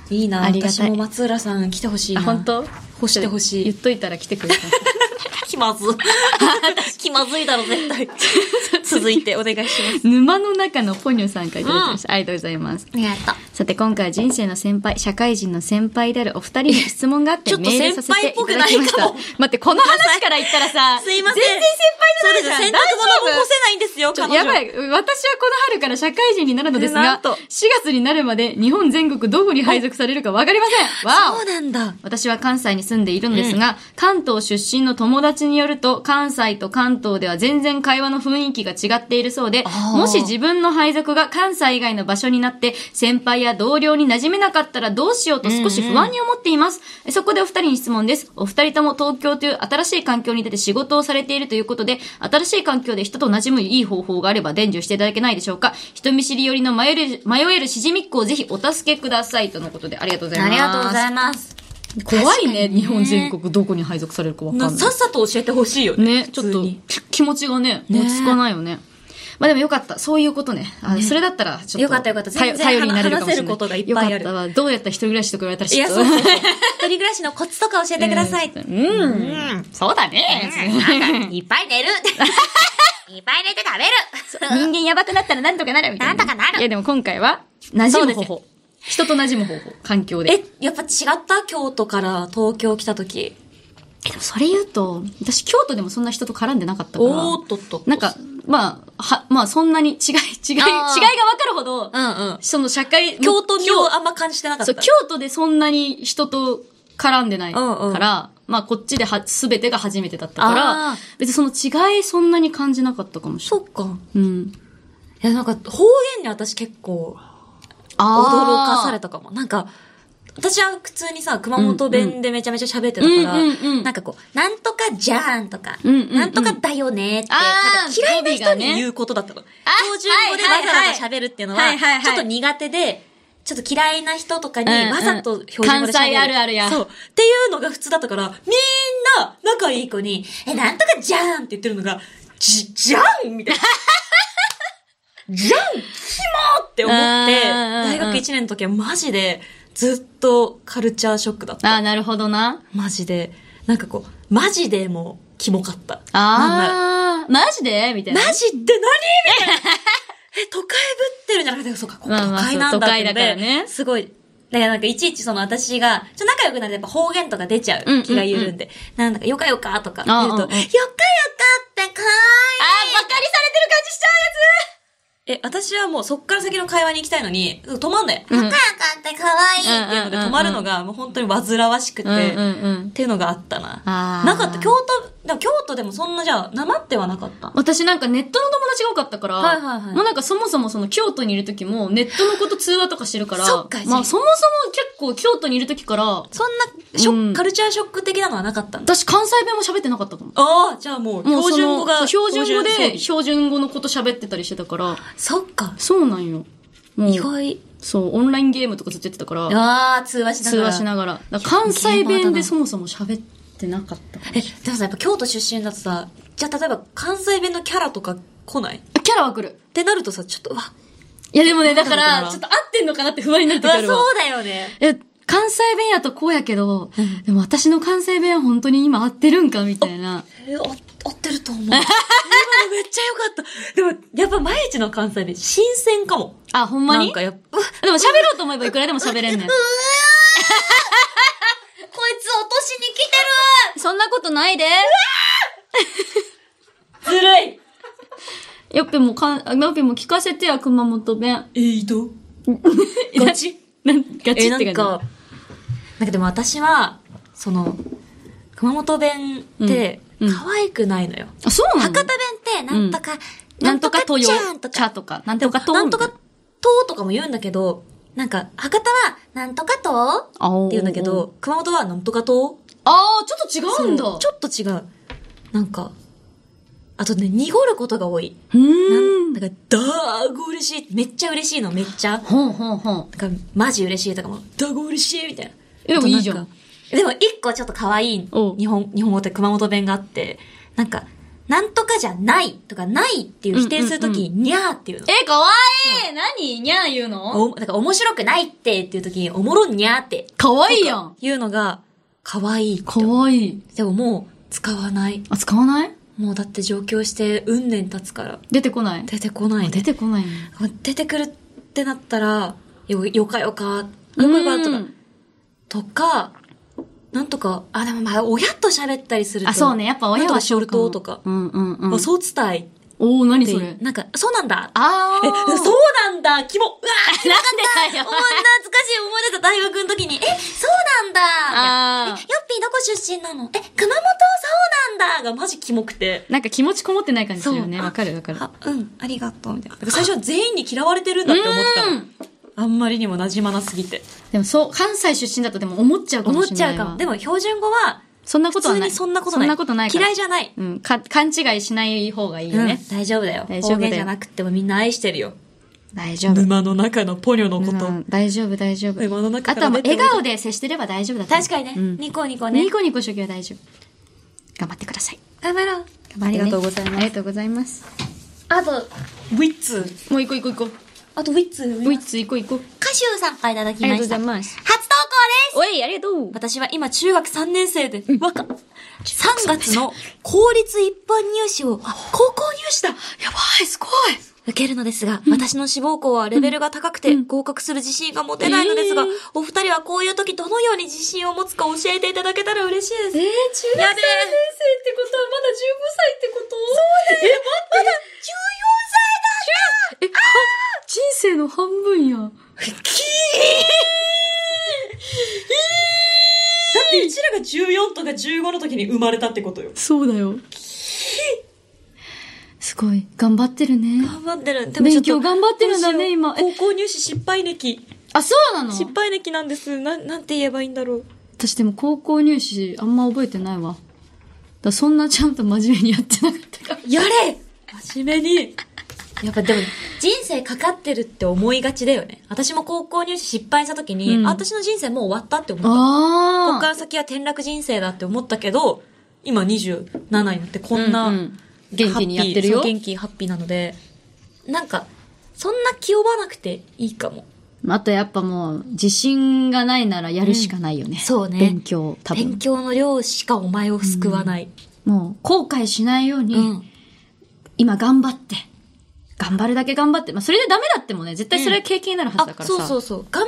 Speaker 3: いいな、
Speaker 2: ありがたい
Speaker 3: 私も松浦さん来てほしいな。
Speaker 2: あ、本当
Speaker 3: 干してほし
Speaker 2: 言
Speaker 3: い
Speaker 2: っ。といたら来てく れた。
Speaker 3: 気まず。 気まずいだろ、絶対。 続いてお願いします。
Speaker 2: 沼の中のポニョさんからいただきました。ありがとうございます。
Speaker 3: ありがとう。
Speaker 2: さて今回は人生の先輩、社会人の先輩であるお二人に質問があっ
Speaker 3: ち
Speaker 2: て
Speaker 3: ょっと
Speaker 2: メールさせていただきました
Speaker 3: 先輩っぽくないか。
Speaker 2: 待って、この話から言ったらさ、
Speaker 3: すいませ
Speaker 2: 全然先輩
Speaker 3: ん。
Speaker 2: じゃないじゃん。
Speaker 3: そうです洗
Speaker 2: 大
Speaker 3: 濯
Speaker 2: 丈夫
Speaker 3: 物も干せないんですよ、
Speaker 2: ちょ
Speaker 3: 彼
Speaker 2: っとやば
Speaker 3: 女。
Speaker 2: い。私はこの春から社会人になるのです
Speaker 3: な
Speaker 2: が、
Speaker 3: んと
Speaker 2: 4月になるまで日本全国どこに配属されるかわかりません。わ
Speaker 3: そう
Speaker 2: お
Speaker 3: なんだ。
Speaker 2: 私は関西に住んでいるんですが、関東出身の友達によると、関西と関東では全然会話の雰囲気が違っているそうで、
Speaker 3: あー
Speaker 2: もし自分の配属が関西以外の場所になって、先輩や同僚に馴染めなかったらどうしようと少し不安に思っています。そこでお二人に質問です。お二人とも東京という新しい環境に出て仕事をされているということで、新しい環境で人と馴染むいい方法があれば伝授していただけないでしょうか。人見知り寄りの迷える迷えるしじみっ子をぜひお助けください。とのことで、ありがとうござい
Speaker 3: あ
Speaker 2: ます。
Speaker 3: りがとうございます。
Speaker 2: 怖いね日本全国どこに配属されるかわかんな
Speaker 3: さっさと教えてほしいよ
Speaker 2: い
Speaker 3: ね。
Speaker 2: ねちょっと気持ちがね落ち着かないよねまあでもよかったそういうことねあそれだったらちょっと
Speaker 3: よかったよかった
Speaker 2: 頼
Speaker 3: 全然
Speaker 2: 頼りになれるかもしれない
Speaker 3: 話せることがいっぱいある
Speaker 2: よかったわどうやったら一人暮らしとか言われたら
Speaker 3: い
Speaker 2: ちょ
Speaker 3: や、
Speaker 2: っと
Speaker 3: そうそうそう。 一人暮らしのコツとか教えてください。
Speaker 2: うん、そうだね、
Speaker 3: いっぱい寝る。 いっぱい寝て食べる。
Speaker 2: 人間やばくなったらなんとかなるみたいな
Speaker 3: なんとかなる
Speaker 2: いやでも今回は馴染む方
Speaker 3: そ
Speaker 2: 法人と馴染む方法環境で
Speaker 3: え、やっぱ違った京都から東京来た時。
Speaker 2: でもそれ言うと私京都でもそんな人と絡んでなかったから
Speaker 3: おーっとっとっと。
Speaker 2: なんか、まあ、は、まあ、そんなに違い、違い、違いが
Speaker 3: あー
Speaker 2: 分かるほど、
Speaker 3: うんうん。
Speaker 2: その社会、
Speaker 3: 京都味
Speaker 2: 京
Speaker 3: をあんま感じてなかっ
Speaker 2: そ
Speaker 3: た。
Speaker 2: う、京都でそんなに人と絡んでないか
Speaker 3: うんうん
Speaker 2: ら、まあ、こっちでは、すべてが初めてだったから
Speaker 3: あー、
Speaker 2: 別にその違いそんなに感じなかったかもしれ
Speaker 3: そ
Speaker 2: ない。
Speaker 3: っか。
Speaker 2: うん。
Speaker 3: いや、なんか方言に私結構驚
Speaker 2: あ
Speaker 3: かされ
Speaker 2: た。
Speaker 3: たかも。なんか、私は普通にさ、熊本弁でめちゃめちゃ喋ってたから、
Speaker 2: うんうんうん
Speaker 3: なんかこう、なんとかじゃーんとか、
Speaker 2: うんうんうん
Speaker 3: なんとかだよねって、な
Speaker 2: あ
Speaker 3: ん
Speaker 2: ー
Speaker 3: か嫌いな人
Speaker 2: 語尾が
Speaker 3: に
Speaker 2: ね
Speaker 3: 言うことだったの。
Speaker 2: あ
Speaker 3: 標準語でわざわざ喋るっていうのは、
Speaker 2: はいはいはい
Speaker 3: ちょっと苦手で、ちょっと嫌いな人とかに
Speaker 2: うんうん
Speaker 3: わざと標準語で喋る、
Speaker 2: 関西あるあるや
Speaker 3: そう。っていうのが普通だったから、みんな仲いい子に、え、なんとかじゃーんって言ってるのが、じ、じゃんみたいな。じゃんキモって
Speaker 2: うんう
Speaker 3: 思って、
Speaker 2: んうん
Speaker 3: 大学1年の時はマジで、ずっとカルチャーショックだっ
Speaker 2: あ
Speaker 3: た。
Speaker 2: ーなるほどな。
Speaker 3: マジで。なんかこう、マジでもう、キモかった。なんだ
Speaker 2: ああ、マジでみたいな。
Speaker 3: マジで何みたいな。 え、都会ぶってるんじゃなくて、そうか、ここ都
Speaker 2: まあまあ
Speaker 3: 会なんだって
Speaker 2: そう都会だ
Speaker 3: ので
Speaker 2: からね
Speaker 3: すごい。だからなんかいちいちその私が、ちょっと仲良くなるとやっぱ方言とか出ちゃ
Speaker 2: うんうんう
Speaker 3: うん気が緩んで、なんだかよかよかとか
Speaker 2: ああ
Speaker 3: 言うと、
Speaker 2: ああ
Speaker 3: よかよかってかーい
Speaker 2: あー、バカにされてる感じしちゃ
Speaker 3: え、私はもうそっから先の会話に行きたいのに、止まんない。
Speaker 2: うん
Speaker 3: 赤赤って可愛いっていうので
Speaker 2: うんうんうんうん
Speaker 3: 止まるのがもう本当に煩わしくて、
Speaker 2: うんうんうん
Speaker 3: っていうのがあったな。
Speaker 2: あー
Speaker 3: なかった。京都、でも京都でもそんなじゃあ、なまってはなかった。
Speaker 2: 私なんかネットの友達が多かったから、
Speaker 3: はいはいはい
Speaker 2: もうなんかそもそもその京都にいる時もネットのこと通話とかしてるから、
Speaker 3: そっか
Speaker 2: まあそもそも結構京都にいる時から、
Speaker 3: そんなショック、
Speaker 2: うん
Speaker 3: カルチャーショック的なのはなかったんだ。
Speaker 2: 私関西弁も喋ってなかったかも。
Speaker 3: ああ、じゃあもう、
Speaker 2: もう
Speaker 3: 標
Speaker 2: そ
Speaker 3: 準
Speaker 2: の
Speaker 3: 語が。
Speaker 2: そう標準語
Speaker 3: 標
Speaker 2: で、
Speaker 3: 準装
Speaker 2: 標準語のこと喋ってたりしてたから、
Speaker 3: 備そっか。
Speaker 2: そうなんよ。もう
Speaker 3: 意外。
Speaker 2: そう、オンラインゲームとかずっとやってたから、
Speaker 3: ああ、通話しな
Speaker 2: 通
Speaker 3: がら。
Speaker 2: 話しながら。だから関西弁でそもそも喋ってなかったかも
Speaker 3: え、でもさ、やっぱ京都出身だとさ、じゃあ例えば関西弁のキャラとか、来ないっ
Speaker 2: キャラは来る。
Speaker 3: てなるとさ、ちょっと、うわ、
Speaker 2: いやでもね、だか、
Speaker 3: どうなのからな
Speaker 2: ちょっと合ってんのかなって不安になってく
Speaker 3: うわ
Speaker 2: るわ。
Speaker 3: そうだよね。
Speaker 2: え、関西弁やとこうやけど、でも私の関西弁は本当に今合ってるんかみたいな。
Speaker 3: えー、あ合ってると思う。今のめっちゃ良かった。 でも、やっぱ毎日の関西で新鮮かも。
Speaker 2: あ、ほんま
Speaker 3: な
Speaker 2: に
Speaker 3: んかやっぱ、うわこい
Speaker 2: でも喋ろうと思えばいくらでも喋れんねん。
Speaker 3: つ落としに来 て
Speaker 2: そんなことないで。
Speaker 3: るずるい
Speaker 2: よっぺもかん、よっぺも聞かせてや、熊本弁。
Speaker 3: えー、いどガチ
Speaker 2: なんガチ
Speaker 3: え
Speaker 2: って感
Speaker 3: な
Speaker 2: じ。
Speaker 3: んか、なんかでも私は、その、熊本弁って
Speaker 2: うんうん
Speaker 3: 可愛くないのよ。
Speaker 2: あ、そうなの
Speaker 5: 博多弁って、なんとか、
Speaker 2: なんとかとよ
Speaker 5: ちゃんと、
Speaker 2: ちゃ
Speaker 5: か、
Speaker 2: とか、なんとかと。
Speaker 3: なんとか、ととかも言うんだけど、なんか、博多は、
Speaker 5: なんとかと、
Speaker 2: あー
Speaker 3: って言うんだけ。ど、熊本はなんとかと
Speaker 2: あー、ちょっと違うんだ。
Speaker 3: そうちょっと違う。なんか、あとね、濁ることが多い。
Speaker 2: う
Speaker 3: な
Speaker 2: ー
Speaker 3: ん
Speaker 2: ん。
Speaker 3: なんか、だーご嬉しい。めっちゃ嬉しいの、めっちゃ。
Speaker 2: ほんほんほん。
Speaker 3: なんか、マジ嬉しいとかも、だーご嬉しいみたいな。
Speaker 2: えでもいいじゃん
Speaker 3: あとなか。でも、一個ちょっと可愛い
Speaker 2: おう
Speaker 3: 日本、日本語って熊本弁があって、なんか、なんとかじゃないとか、ないっていう否定するときに、にゃーっていうの。
Speaker 2: え、かわいい何にゃー言うの
Speaker 3: お、だから面白くないってっていうときに、おもろにゃーって
Speaker 2: かわいいやん。
Speaker 3: 言うのが、可愛いって
Speaker 2: かわいい。
Speaker 3: でももう、使わない。
Speaker 2: あ、使わない
Speaker 3: もうだって上京して、うん年経つから、
Speaker 2: 出てこない。
Speaker 3: 出てこない
Speaker 2: 出
Speaker 3: ね。
Speaker 2: てこないね。
Speaker 3: 出てくるってなったら、よ、よかよか、よかよかと
Speaker 2: う
Speaker 3: か
Speaker 2: ん、
Speaker 3: とか、なんとか、あ、でもまあ、親と喋ったりすると。
Speaker 2: あ、そうね。やっぱ親は
Speaker 3: ショルトとか。
Speaker 2: うんうんうん。
Speaker 3: あ、そう伝えっ
Speaker 2: おー、何そ
Speaker 3: て
Speaker 2: れ。。
Speaker 3: なんか、そうなんだ。
Speaker 2: あ
Speaker 3: え、
Speaker 2: ー。
Speaker 3: そうなんだ、キモ。うわ
Speaker 2: なんでだよ
Speaker 3: 思い懐かしい思い出た大学の時に、え、
Speaker 5: そうなんだ。
Speaker 2: あ
Speaker 5: よ
Speaker 2: ー。
Speaker 5: っぴーどこ出身なの
Speaker 3: え、熊本そうなんだがマジキモくて。
Speaker 2: なんか気持ちこもってない感じするよね。
Speaker 3: そう
Speaker 2: わかるわかる。
Speaker 3: あ、うん、ありがとう、みたいな。だから最初は全員に嫌われてるんだって思ったの。あんまりにも馴染まなすぎて。
Speaker 2: でもそう、関西出身だとでも思っちゃうか
Speaker 3: 思
Speaker 2: も
Speaker 3: っ
Speaker 2: しれ
Speaker 3: ち
Speaker 2: な
Speaker 3: ゃ
Speaker 2: いうわ
Speaker 3: かも。でも標準語は、
Speaker 2: そんなこ
Speaker 3: 普
Speaker 2: とは
Speaker 3: 通
Speaker 2: ない。
Speaker 3: にそんなことな
Speaker 2: そん
Speaker 3: い。
Speaker 2: なことないから
Speaker 3: 嫌いじゃない。
Speaker 2: うん、か、勘違いしない方がいいよ
Speaker 3: うん
Speaker 2: ね。、
Speaker 3: 大丈夫だよ。
Speaker 2: 大丈夫だよ
Speaker 3: 方言じゃなくてもみんな愛してるよ。
Speaker 2: 大丈夫。
Speaker 3: 沼の中のポニョのこ
Speaker 2: う
Speaker 3: と
Speaker 2: ん。大丈夫、大丈夫。
Speaker 3: 沼の中
Speaker 2: あ
Speaker 3: か
Speaker 2: とは
Speaker 3: ら
Speaker 2: もう
Speaker 3: 出ておい
Speaker 2: 笑
Speaker 3: で
Speaker 2: 顔で接してれば大丈夫だと思う
Speaker 3: 確かにね、
Speaker 2: うん
Speaker 3: ニコニコね
Speaker 2: ニ。コニコ初期は大丈夫。頑張ってください。
Speaker 3: 頑張ろう。
Speaker 2: あ
Speaker 3: ありがとうござい
Speaker 2: あ
Speaker 3: ま
Speaker 2: り
Speaker 3: す。
Speaker 2: がとうございます。
Speaker 5: あと、
Speaker 3: ウィッツ。
Speaker 2: もう行こう行こう行こ
Speaker 3: あとウィッツ。
Speaker 2: う。もう一つ行こう行こう。
Speaker 5: 歌手さんからいただき
Speaker 2: ありがとう
Speaker 5: ま
Speaker 2: ご
Speaker 5: し
Speaker 2: ざ
Speaker 5: た。
Speaker 2: い
Speaker 5: 初投稿
Speaker 2: ま。
Speaker 5: ですす
Speaker 2: おい、ありがとう。
Speaker 3: 私は今中学3年生で、若、3月の
Speaker 5: 公立一般入試を、あ高校入試だ
Speaker 3: やばい、すごい受けるのですが、私の志望校はレベルが高くて、合格する自信が持てないのですが、お二人はこういう時どのように自信を持つか教えていただけたら嬉しいです。えー、中学3年生ってことはまだ15歳ってことそうだよ
Speaker 2: え、
Speaker 3: え、待って、
Speaker 2: は人生の半分や。
Speaker 3: だってうちらが14とか15の時に生まれたってことよ。
Speaker 2: そうだよ。すごい。頑張ってるね。
Speaker 3: 頑張ってる。で
Speaker 2: 勉強頑張ってるんだね
Speaker 3: どうしよう
Speaker 2: 今え
Speaker 3: 高校入試失敗歴。
Speaker 2: あ、そうなの
Speaker 3: 失敗歴なんです。なん、なんて言えばいいんだろう。
Speaker 2: 私でも高校入試あんま覚えてないわ。だからそんなちゃんと真面目にやってなかったから。
Speaker 3: やれ真面目に。やっぱでも、人生かかってるって思いがちだよね。私も高校入試失敗した時に、
Speaker 2: うん
Speaker 3: あ私の人生もう終わったって思った。ここか
Speaker 2: あ
Speaker 3: ら先は転落人生だって思ったけど、今27になってこんな、
Speaker 2: うんうん元気にやってるよ
Speaker 3: ハッピーそう元気、ハッピーなので、なんか、そんな気負わなくていいかも。
Speaker 2: あ。あとやっぱもう、自信がないならやるしかないよね。
Speaker 3: そうね
Speaker 2: 勉強、多
Speaker 3: 勉
Speaker 2: 分。
Speaker 3: 強の量しかお前を救わない。
Speaker 2: もう、後悔しないように、
Speaker 3: うん
Speaker 2: 今頑張って。頑張るだけ頑張って。まあ、それでダメだってもね、絶対それは経験になるはずだからさ。
Speaker 3: そうそうそう。頑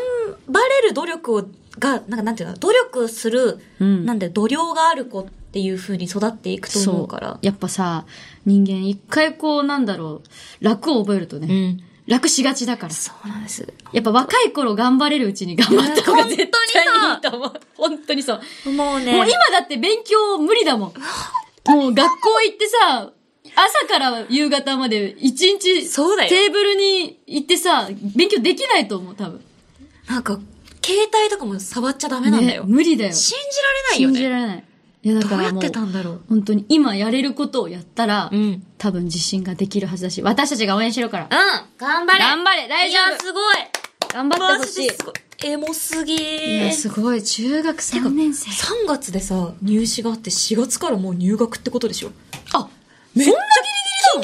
Speaker 3: 張れる努力を、が、なんかなんていうの、努力する、
Speaker 2: うん
Speaker 3: なんで、度量がある子っていう風に育っていくと思うから。
Speaker 2: やっぱさ、人間一回こう、なんだろう、楽を覚えるとね、
Speaker 3: ん。
Speaker 2: 楽しがちだから。
Speaker 3: そうなんです。
Speaker 2: やっぱ若い頃頑張れるうちに頑張った方が絶対いいと思う。本当にそう。
Speaker 3: もうね。
Speaker 2: もう今だって勉強無理だもん。もう学校行ってさ、朝から夕方まで一日
Speaker 3: そうだよ
Speaker 2: テーブルに行ってさ、勉強できないと思う、多分。
Speaker 3: なんか、携帯とかも触っちゃダメなんだよ。
Speaker 2: ね無理だよ。
Speaker 3: 信じられ
Speaker 2: 信じ
Speaker 3: ないよね。
Speaker 2: られない。いやだ
Speaker 3: ど
Speaker 2: か
Speaker 3: う
Speaker 2: ら
Speaker 3: や
Speaker 2: も
Speaker 3: ってたんだろう。
Speaker 2: 本当に今やれることをやったら、
Speaker 3: うん。うん。
Speaker 2: 多分自信ができるはずだし、私たちが応援してるから。
Speaker 3: 頑張れ
Speaker 2: 頑張れ大丈夫
Speaker 3: いや、すごい
Speaker 2: 頑張って
Speaker 3: マ
Speaker 2: ほし
Speaker 3: ジ
Speaker 2: い。
Speaker 3: ですごい。エモすぎ
Speaker 2: いや、すごい。中学3年生。
Speaker 3: 3月でさ、入試があって4月からもう入学ってことでしょ
Speaker 2: あ、
Speaker 3: めっちゃ
Speaker 2: な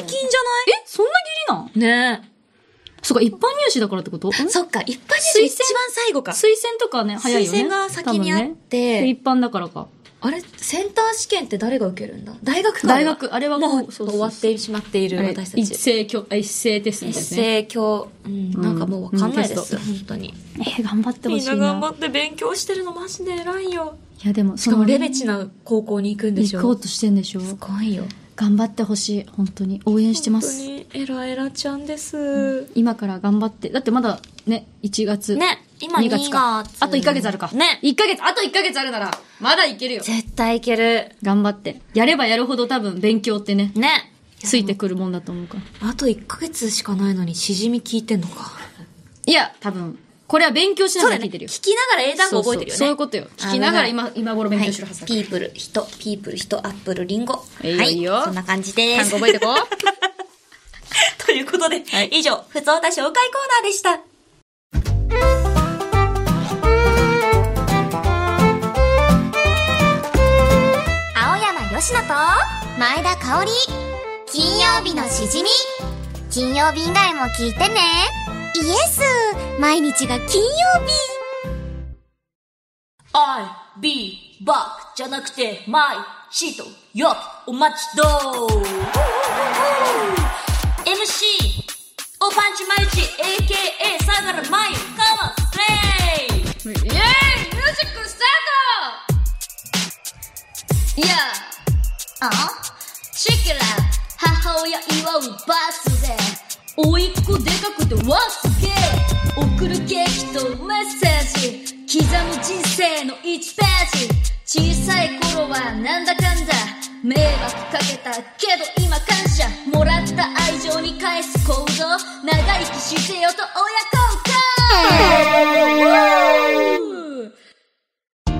Speaker 2: の
Speaker 3: 金じゃない
Speaker 2: え、そんな義理なんねえ。そっか、一般入試だからってこと推
Speaker 3: そっか、一般入試
Speaker 2: 推薦
Speaker 3: 一番最後か。
Speaker 2: 薦とかね、早いよね。
Speaker 3: 推薦が先にあって
Speaker 2: 多分ね一般だからか。
Speaker 3: あれ、センター試験って誰が受けるんだ大学か。
Speaker 2: 大学、あれは
Speaker 3: もう
Speaker 2: そうそうそう
Speaker 3: 終わってしまっている
Speaker 2: あれ
Speaker 3: 私た
Speaker 2: 一
Speaker 3: ち。
Speaker 2: 斉教、あ一斉テストで
Speaker 3: 一
Speaker 2: すね。
Speaker 3: 斉教、うん、なんかもうわかんないです、
Speaker 2: うん
Speaker 3: 本当に。
Speaker 2: え、頑張ってほしいな。
Speaker 3: って勉強してるのマジで偉いよ。
Speaker 2: いや、でも、
Speaker 3: しかもレベチな高校に行くんでしょ。
Speaker 2: 行こうとしてんでしょ
Speaker 3: すごいよ。
Speaker 2: 頑張ってほしい。本当に。応援してます。
Speaker 3: にエラエラちゃんです。
Speaker 2: 今から頑張って。だってまだね、1月。
Speaker 3: ね、今
Speaker 2: 2
Speaker 3: 2
Speaker 2: 月
Speaker 3: 月
Speaker 2: か。あと1ヶ月あるか。
Speaker 3: ね。
Speaker 2: 1ヶ月、あと1ヶ月あるなら、まだいけるよ。
Speaker 3: 絶対いける。
Speaker 2: 頑張って。やればやるほど多分勉強ってね、
Speaker 3: ね。
Speaker 2: ついてくるもんだと思うから。
Speaker 3: あと1ヶ月しかないのにしじみ聞いてんのか。
Speaker 2: いや、多分、これは勉強しな
Speaker 3: そう
Speaker 2: が
Speaker 3: だ
Speaker 2: ら聞
Speaker 3: よね。
Speaker 2: いてるよ。
Speaker 3: 聞きながら英単語覚えてるよ
Speaker 2: そうそ
Speaker 3: ね。
Speaker 2: うそういうことよ。聞きながら今、今頃勉強してるはずだ
Speaker 3: はい
Speaker 2: か
Speaker 3: ピープル、人、ピープル、人、アップル、リンゴ。
Speaker 2: いいよ
Speaker 3: はい
Speaker 2: いよ
Speaker 3: そんな感じで
Speaker 2: ら。単
Speaker 3: す。
Speaker 2: 語覚えてこ
Speaker 3: ということで、以上、ふつおた紹介コーナーでした。
Speaker 6: 青山よしと前田香織金曜日のしじみ金曜日以外も聞いてねイエス毎日が金曜日
Speaker 3: I, be, back じゃなくて、my, shit, yop, お待ちどー MC、おパンチマイチ、AKA、サガラマイ、カワスレ
Speaker 2: う。イ
Speaker 3: イ
Speaker 2: エーイミュージックスタートいや
Speaker 5: あ
Speaker 2: チェキラ母親祝うバースデー甥いっ子でかくてわすげー送るケーキとメッセージ刻む人生の1ページ小さい頃はなんだかんだ迷惑かけたけど今感謝もらった愛情に返す行動長生きしてよと親孝行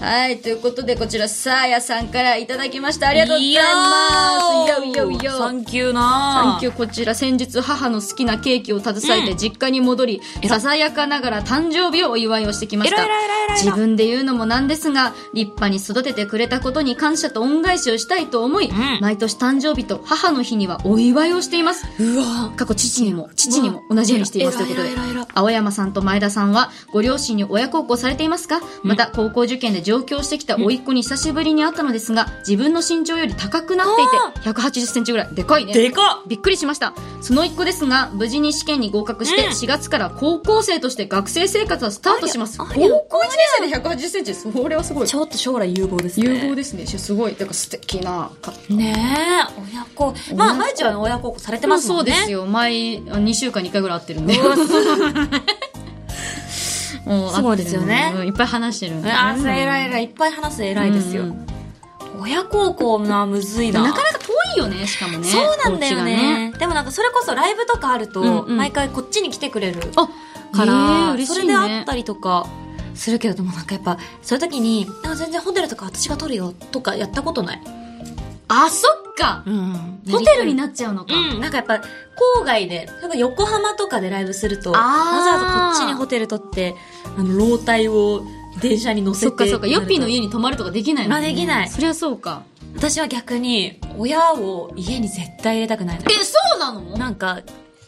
Speaker 2: はい、ということで、こちら、サーヤさんからいただきました。ありがとうございます。いよいよいよ。
Speaker 3: サンキューな
Speaker 2: サンキューこちら先日母の好きなケーキを携えて実家に戻り、ささやかながら誕生日をお祝いをしてきました
Speaker 3: えらいえらいえらいえらい
Speaker 2: 自分で言うのもなんですが立派に育ててくれたことに感謝と恩返しをしたいと思い、
Speaker 3: ん
Speaker 2: 毎年誕生日と母の日にはお祝いをしています
Speaker 3: うわ
Speaker 2: 過去父にも父にも同じようにしていますと
Speaker 3: う
Speaker 2: い
Speaker 3: わ
Speaker 2: うことで
Speaker 3: えらいえらいえらい
Speaker 2: 青山さんと前田さんはご両親に親孝行されていますかまた高校受験で上京してきた甥っ子に久しぶりに会ったのですが自分の身長より高くなっていて1 8 0センチぐらいでかいね
Speaker 3: でかっ
Speaker 2: びっくりしましたその一個ですが無事に試験に合格して
Speaker 3: うん
Speaker 2: 4月から高校生として学生生活はスタートします
Speaker 3: あ
Speaker 2: 高
Speaker 3: りゃありゃ
Speaker 2: 校1年生で1 8 0センチそれはすごい
Speaker 3: ちょっと将来有望ですね。
Speaker 2: 有望ですねすごいだから素敵な方
Speaker 3: ねえ、親子。まあ、まいちはね親子されてますもんね。
Speaker 2: そうですよ毎2週間に1回ぐらい会ってるんで
Speaker 3: う わすごい。
Speaker 2: もう
Speaker 3: そうですよね
Speaker 2: 合ってるのうんいっぱい話してるんで
Speaker 3: あ、
Speaker 2: うん
Speaker 3: それ偉い偉い。いっぱい話す偉いです
Speaker 2: う
Speaker 3: よ
Speaker 2: ん。
Speaker 3: 親孝行な、むずいな。
Speaker 2: なかなか遠いよねしかもね
Speaker 3: そうなんだよね
Speaker 2: お家が
Speaker 3: でもなんかそれこそライブとかあると、
Speaker 2: うんうん
Speaker 3: 毎回こっちに来てくれるか
Speaker 2: あ
Speaker 3: ら、
Speaker 2: ねえ嬉し
Speaker 3: そ
Speaker 2: いね
Speaker 3: れであったりとかするけれどもなんかやっぱそういう時に「あ全然ホテルとか私が取るよ」とかやったことない、
Speaker 2: あそっか
Speaker 3: うん
Speaker 2: ホテルにな
Speaker 3: っ
Speaker 2: っちゃうのか
Speaker 3: うん、なんかやっぱ郊外で例えば横浜とかでライブするとわ
Speaker 2: あー
Speaker 3: ざわざこっちにホテル取ってあの老体を電車に乗せて
Speaker 2: そっかそっかヨッピーの
Speaker 3: 家
Speaker 2: 家に泊まるとかできないもんね
Speaker 3: まあできない
Speaker 2: そりゃそうか
Speaker 3: 私は逆に親を家に絶対入れたくないのよ
Speaker 2: えそうなの
Speaker 3: なんか、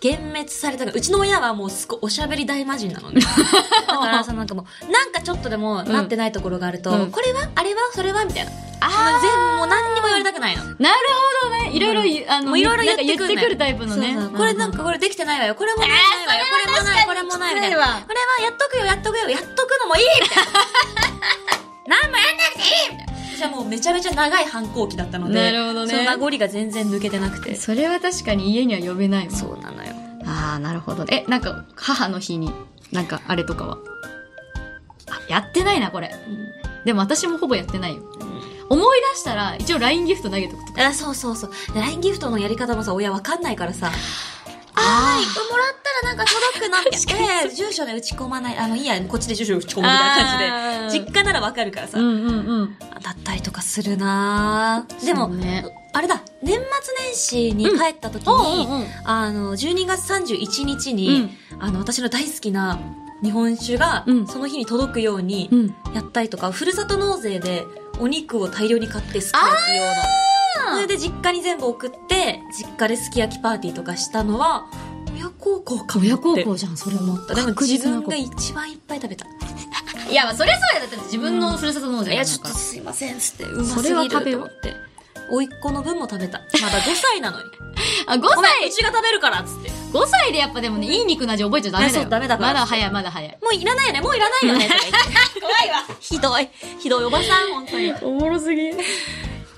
Speaker 3: 幻滅されたから、うちの親はもうすごいおしゃべり大魔人な のね。だからさ、なんかもう、なんかちょっとでもなってないところがあると、
Speaker 2: うん
Speaker 3: これはあれはそれはみたいな。
Speaker 2: あ
Speaker 3: 全部もう何にも言われたくないの。
Speaker 2: なるほどねいろいろゆあ
Speaker 3: も
Speaker 2: の
Speaker 3: ういろいろ
Speaker 2: な
Speaker 3: 言
Speaker 2: ん
Speaker 3: っ
Speaker 2: か
Speaker 3: て
Speaker 2: 言っ
Speaker 3: くる、
Speaker 2: てくるタイプのね
Speaker 3: そうそうこれなんかこれできてないわよ。これもないわよ。これもない、これもないみたいな。
Speaker 2: きついわ
Speaker 3: これはやっとくよ、やっとくよ、やっとくのもいいみたいな。何もやんなくていいみたいな。じゃあもうめちゃめちゃ長い反抗期だったので、
Speaker 2: なるほどね
Speaker 3: その名残が全然抜けてなくて。
Speaker 2: それは確かに家には呼べないわ
Speaker 3: そうなのよ。
Speaker 2: ああなるほどねえなんか母の日になんかあれとかはあやってないなこれ、でも私もほぼやってないよ、思い出したら一応 LINE ギフト投げとくとか
Speaker 3: あそうそうそう。で LINE ギフトのやり方もさ、親わかんないからさ、
Speaker 2: あ
Speaker 3: あもらったらなんか届くなって、ええ住所で打ち込まない、あの、いいや、こっちで住所打ち込むみたいな感じ
Speaker 2: あー
Speaker 3: で、実家ならわかるからさ、
Speaker 2: うんうんうん
Speaker 3: だったりとかするなぁでも、
Speaker 2: そうね
Speaker 3: あれだ、年末年始に帰った時に、
Speaker 2: うんおうおうおう
Speaker 3: あの、12月31日に、あの、私の大好きな、日本酒が
Speaker 2: うん
Speaker 3: その日に届くように
Speaker 2: うん
Speaker 3: やったりとか、ふるさと納税でお肉を大量に買ってすき焼き用の。それで実家に全部送って、実家ですき焼きパーティーとかしたのは、親孝行かもって。
Speaker 2: 親孝行じゃん、それも。
Speaker 3: でも
Speaker 2: 確
Speaker 3: 自
Speaker 2: 実な
Speaker 3: 分
Speaker 2: こ
Speaker 3: が
Speaker 2: と。
Speaker 3: 一番いっぱい食べた。
Speaker 2: いや、まあそれはそうや。だって自分のふるさと納税
Speaker 3: いや、
Speaker 2: だ
Speaker 3: ちょっ
Speaker 2: か
Speaker 3: と
Speaker 2: ら。
Speaker 3: すいません、つって。うます
Speaker 2: そ
Speaker 3: ぎ
Speaker 2: れ
Speaker 3: る
Speaker 2: は食べ
Speaker 3: と
Speaker 2: よう
Speaker 3: 思って。甥っ子の分も食べた。まだ5歳なのに。
Speaker 2: あ、5
Speaker 3: ごめん、う
Speaker 2: 歳
Speaker 3: ちが食べるから、つって。
Speaker 2: !5 歳でやっぱでもね、いい肉の味覚えちゃダメだよ。
Speaker 3: ねそうダメだから
Speaker 2: まだ早い、まだ早い。
Speaker 3: もういらないよね、もういらないよね、とか言 って。怖いわ。ひどい。ひどいおばさん、本当に。
Speaker 2: おもろすぎ。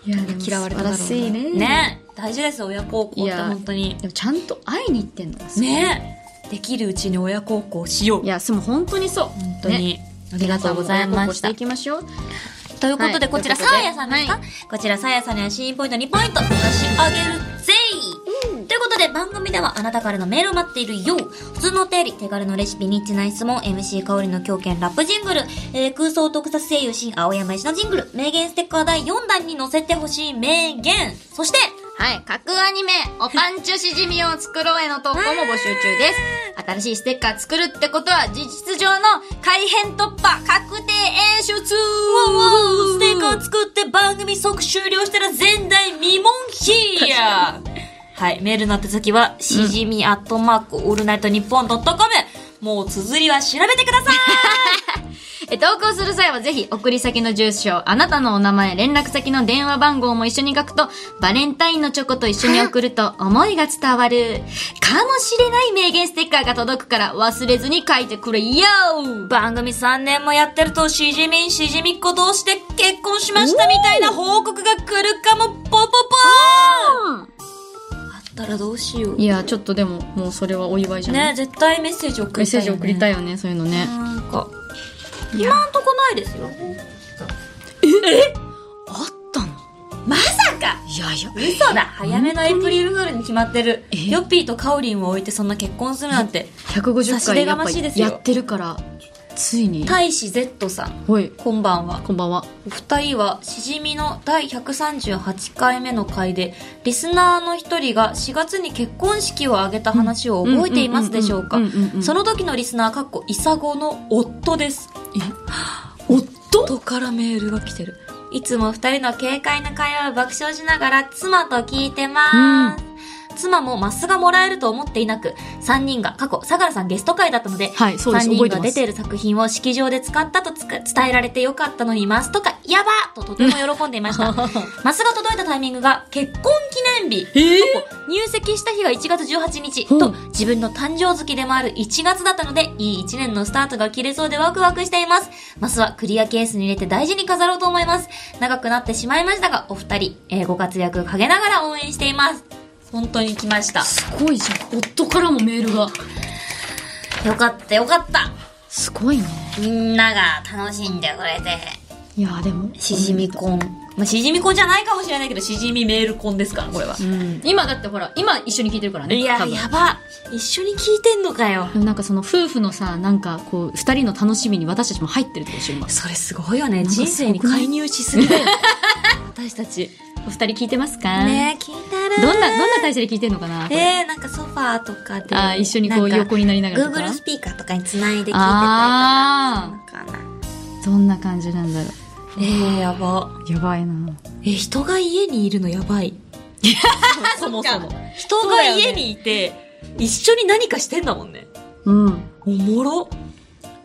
Speaker 2: いや、でも
Speaker 3: 嫌われただろうな
Speaker 2: 素晴らしいね。。
Speaker 3: ね大事です、親孝行
Speaker 2: い
Speaker 3: って、
Speaker 2: や
Speaker 3: 本当に。
Speaker 2: でもちゃんと会いに行ってんのがすごい
Speaker 3: ねできるうちに親孝行しよう。
Speaker 2: い
Speaker 3: 本
Speaker 2: や、そう、本当にそう。本
Speaker 3: 当に。。ありがとうございま
Speaker 2: 親孝
Speaker 3: し
Speaker 2: 行して
Speaker 3: た
Speaker 2: い。きましょう。
Speaker 3: ということ
Speaker 2: は
Speaker 3: で、
Speaker 2: い
Speaker 3: こちら、
Speaker 2: と
Speaker 3: さ
Speaker 2: いうことで
Speaker 3: あやさんです
Speaker 2: は
Speaker 3: かこちら、さあやさんにはシーンポイント2ポイント差し上げるぜい、ということで、番組ではあなたからのメールを待っているよ普通のお便り、手軽のレシピ、ニッチな質問、MC 香りの狂犬ラップジングル、えー空想特撮声優新青山石のジングル、名言ステッカー第4弾に載せてほしい名言、そして、
Speaker 2: はい。架空アニメ、おパンチュしじみを作ろうへの投稿も募集中です。新しいステッカー作るってことは、事実上の改変突破確定演出
Speaker 3: ステッカー作って番組即終了したら前代未聞ヒーヤ はい、メールの宛先は、しじみアットマークオールナイトニッポンドットコム。もう綴りは調べてください
Speaker 2: え投稿する際はぜひ、送り先の住所、あなたのお名前、連絡先の電話番号も一緒に書くと、バレンタインのチョコと一緒に送ると、思いが伝わる。かもしれない名言ステッカーが届くから、忘れずに書いてくれよ
Speaker 3: 番組3年もやってるとしじみんしじみっ子同士で結婚しましたみたいな報告が来るかもポポポあったらどうしよう
Speaker 2: いや、ちょっとでも、もうそれはお祝いじゃない
Speaker 3: ね絶対メッセージ送りたい、ね、
Speaker 2: メッセージ送りたい
Speaker 3: い
Speaker 2: よね、そういうのね。
Speaker 3: なんか今んとこないですよ
Speaker 2: あったの
Speaker 3: まさか
Speaker 2: いやいや、
Speaker 3: 嘘だ早めのエイプリルフールに決まってるヨッピーとカオリンを置いてそんな結婚するなんて差
Speaker 2: 150
Speaker 3: し出
Speaker 2: 回や
Speaker 3: が
Speaker 2: っぱ
Speaker 3: ましいですよ
Speaker 2: やってるから、ついに。
Speaker 3: 大志 Z さん
Speaker 2: ほい、
Speaker 3: こんばんは
Speaker 2: こんばんは。
Speaker 3: お二人はしじみの第138回目の回でリスナーの一人が4月に結婚式を挙げた話を覚えていますでしょうか
Speaker 2: うんうんうんうんうんうん
Speaker 3: その時のリスナーかっこイサゴの夫です
Speaker 2: え
Speaker 3: 夫からメールが来てるいつも二人の軽快な会話を爆笑しながら妻と聞いてます、妻もマスがもらえると思っていなく、3人が過去、相良さんゲスト会だったので、
Speaker 2: はいそうです
Speaker 3: 3
Speaker 2: 覚えて
Speaker 3: 人が
Speaker 2: ます
Speaker 3: 出てる作品を式場で使ったとつか伝えられてよかったのに、マスとか、やばーととても喜んでいました。 マスが届いたタイミングが結婚記念日。
Speaker 2: え
Speaker 3: 入籍した日が1月18日
Speaker 2: うん
Speaker 3: と自分の誕生月でもある1月だったのでいい1年のスタートが切れそうでワクワクしていますマスはクリアケースに入れて大事に飾ろうと思います長くなってしまいましたがお二人、えーご活躍陰ながら応援しています本当に来ました
Speaker 2: すごいじゃん。夫からもメールが。
Speaker 3: よかったよかった
Speaker 2: すごいね。
Speaker 3: みんなが楽しんでくれて
Speaker 2: いや、でも。
Speaker 3: しじみ婚まあ、しじみ婚じゃないかもしれないけどしじみメール婚ですからこれは、
Speaker 2: うん今だってほら、今一緒に聞いてるからね。
Speaker 3: いや
Speaker 2: 多分
Speaker 3: やば一緒に聞いてんのかよ
Speaker 2: でもなんかその夫婦のさ、なんかこう、二人の楽しみに私たちも入ってるってことでしょ、今。
Speaker 3: それすごいよね。
Speaker 2: かすごくない
Speaker 3: 人生に介入しす ぎだよ私たち。
Speaker 2: お二人聞いてますか
Speaker 3: ねえ、聞いてる。
Speaker 2: どんな、どんな体勢で聞いてんのかなこれ
Speaker 3: えー、なんかソファーとかで。
Speaker 2: あー一緒にこう横になりながらとか
Speaker 3: Google スピーカーとかにつないで聞いてたりと
Speaker 2: あ
Speaker 3: か。なんかな。
Speaker 2: どんな感じなんだろ
Speaker 3: えー、やば。
Speaker 2: う。やばいな
Speaker 3: え、人が家にいるのや ばい。そもそも。人が家にいて、一緒に何かしてんだもんね。
Speaker 2: うん。
Speaker 3: おもろ。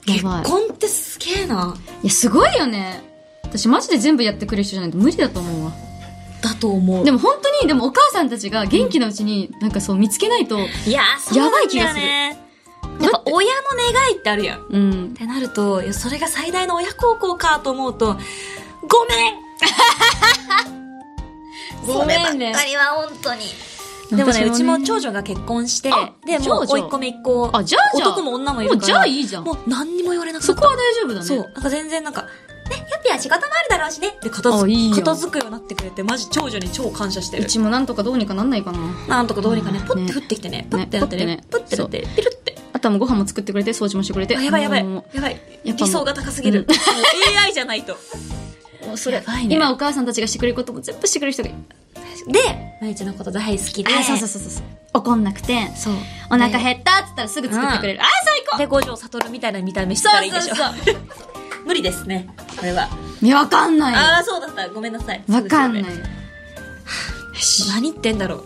Speaker 2: や
Speaker 3: 結
Speaker 2: ばい
Speaker 3: 婚ってすげえな。
Speaker 2: いや、すごいよね。私マジで全部やってくれる人じゃないと無理だと思うわ。
Speaker 3: だと思う。
Speaker 2: でも本当に、でもお母さんたちが元気なうちに、なんかそう見つけないと、
Speaker 3: いやー、そうなんだよ
Speaker 2: やばい
Speaker 3: ね。やっぱ親の願いってあるやん。
Speaker 2: うん
Speaker 3: っ。てなると、いやそれが最大の親孝行かと思うと、ごめん
Speaker 2: ごめんね。
Speaker 5: りは本当に。
Speaker 3: でもね、うちも
Speaker 2: ょ、
Speaker 3: 長女が結婚して
Speaker 2: あ、
Speaker 3: で、もう、
Speaker 2: 長
Speaker 3: 甥
Speaker 2: 女
Speaker 3: っ子めいっ子、
Speaker 2: あじゃあじゃあ
Speaker 3: 男も女もいるから。
Speaker 2: もうじゃあいいじゃん
Speaker 3: もう何にも言われなくな
Speaker 2: そ
Speaker 3: った
Speaker 2: こは大丈夫だね。
Speaker 3: そう。。なんか全然なんか、ね、ヤッピーは仕事もあるだろうしね。で、片
Speaker 2: あ
Speaker 3: づ
Speaker 2: いいよ
Speaker 3: 片付くようになってくれて、マジ長女に超感謝して
Speaker 2: う
Speaker 3: る。
Speaker 2: ちもなんとかどうにかなんないかな。
Speaker 3: なんとかどうにかね
Speaker 2: う、ん
Speaker 3: ポッて降ってきてね、プッてなってね
Speaker 2: ね、
Speaker 3: プッてなって、ピルって。
Speaker 2: あとはもうご飯も作ってくれて、掃除もしてくれて。
Speaker 3: あやばいやばい
Speaker 2: も、
Speaker 3: やばい。
Speaker 2: やっ
Speaker 3: 理
Speaker 2: ぱもう
Speaker 3: 想が高すぎる。もう AI じゃないと。
Speaker 2: うもう それ、
Speaker 3: やばいね
Speaker 2: 今お母さんたちがしてくれることも全部してくれる人がいる。
Speaker 3: で、まゆちのこと大好きで。
Speaker 2: あ、そうそうそうそうそう。怒んなくて、
Speaker 3: そう。
Speaker 2: お腹減ったっつったらすぐ作ってくれる。あ、最
Speaker 3: で、五条悟みたいな見た目してたらいいでしょ。
Speaker 2: そう
Speaker 3: 無理ですね、これは。
Speaker 2: いや、わかんない。
Speaker 3: ああ、そうだった。ごめんなさい。
Speaker 2: わかんない
Speaker 3: そう。ですよね。何言ってんだろう。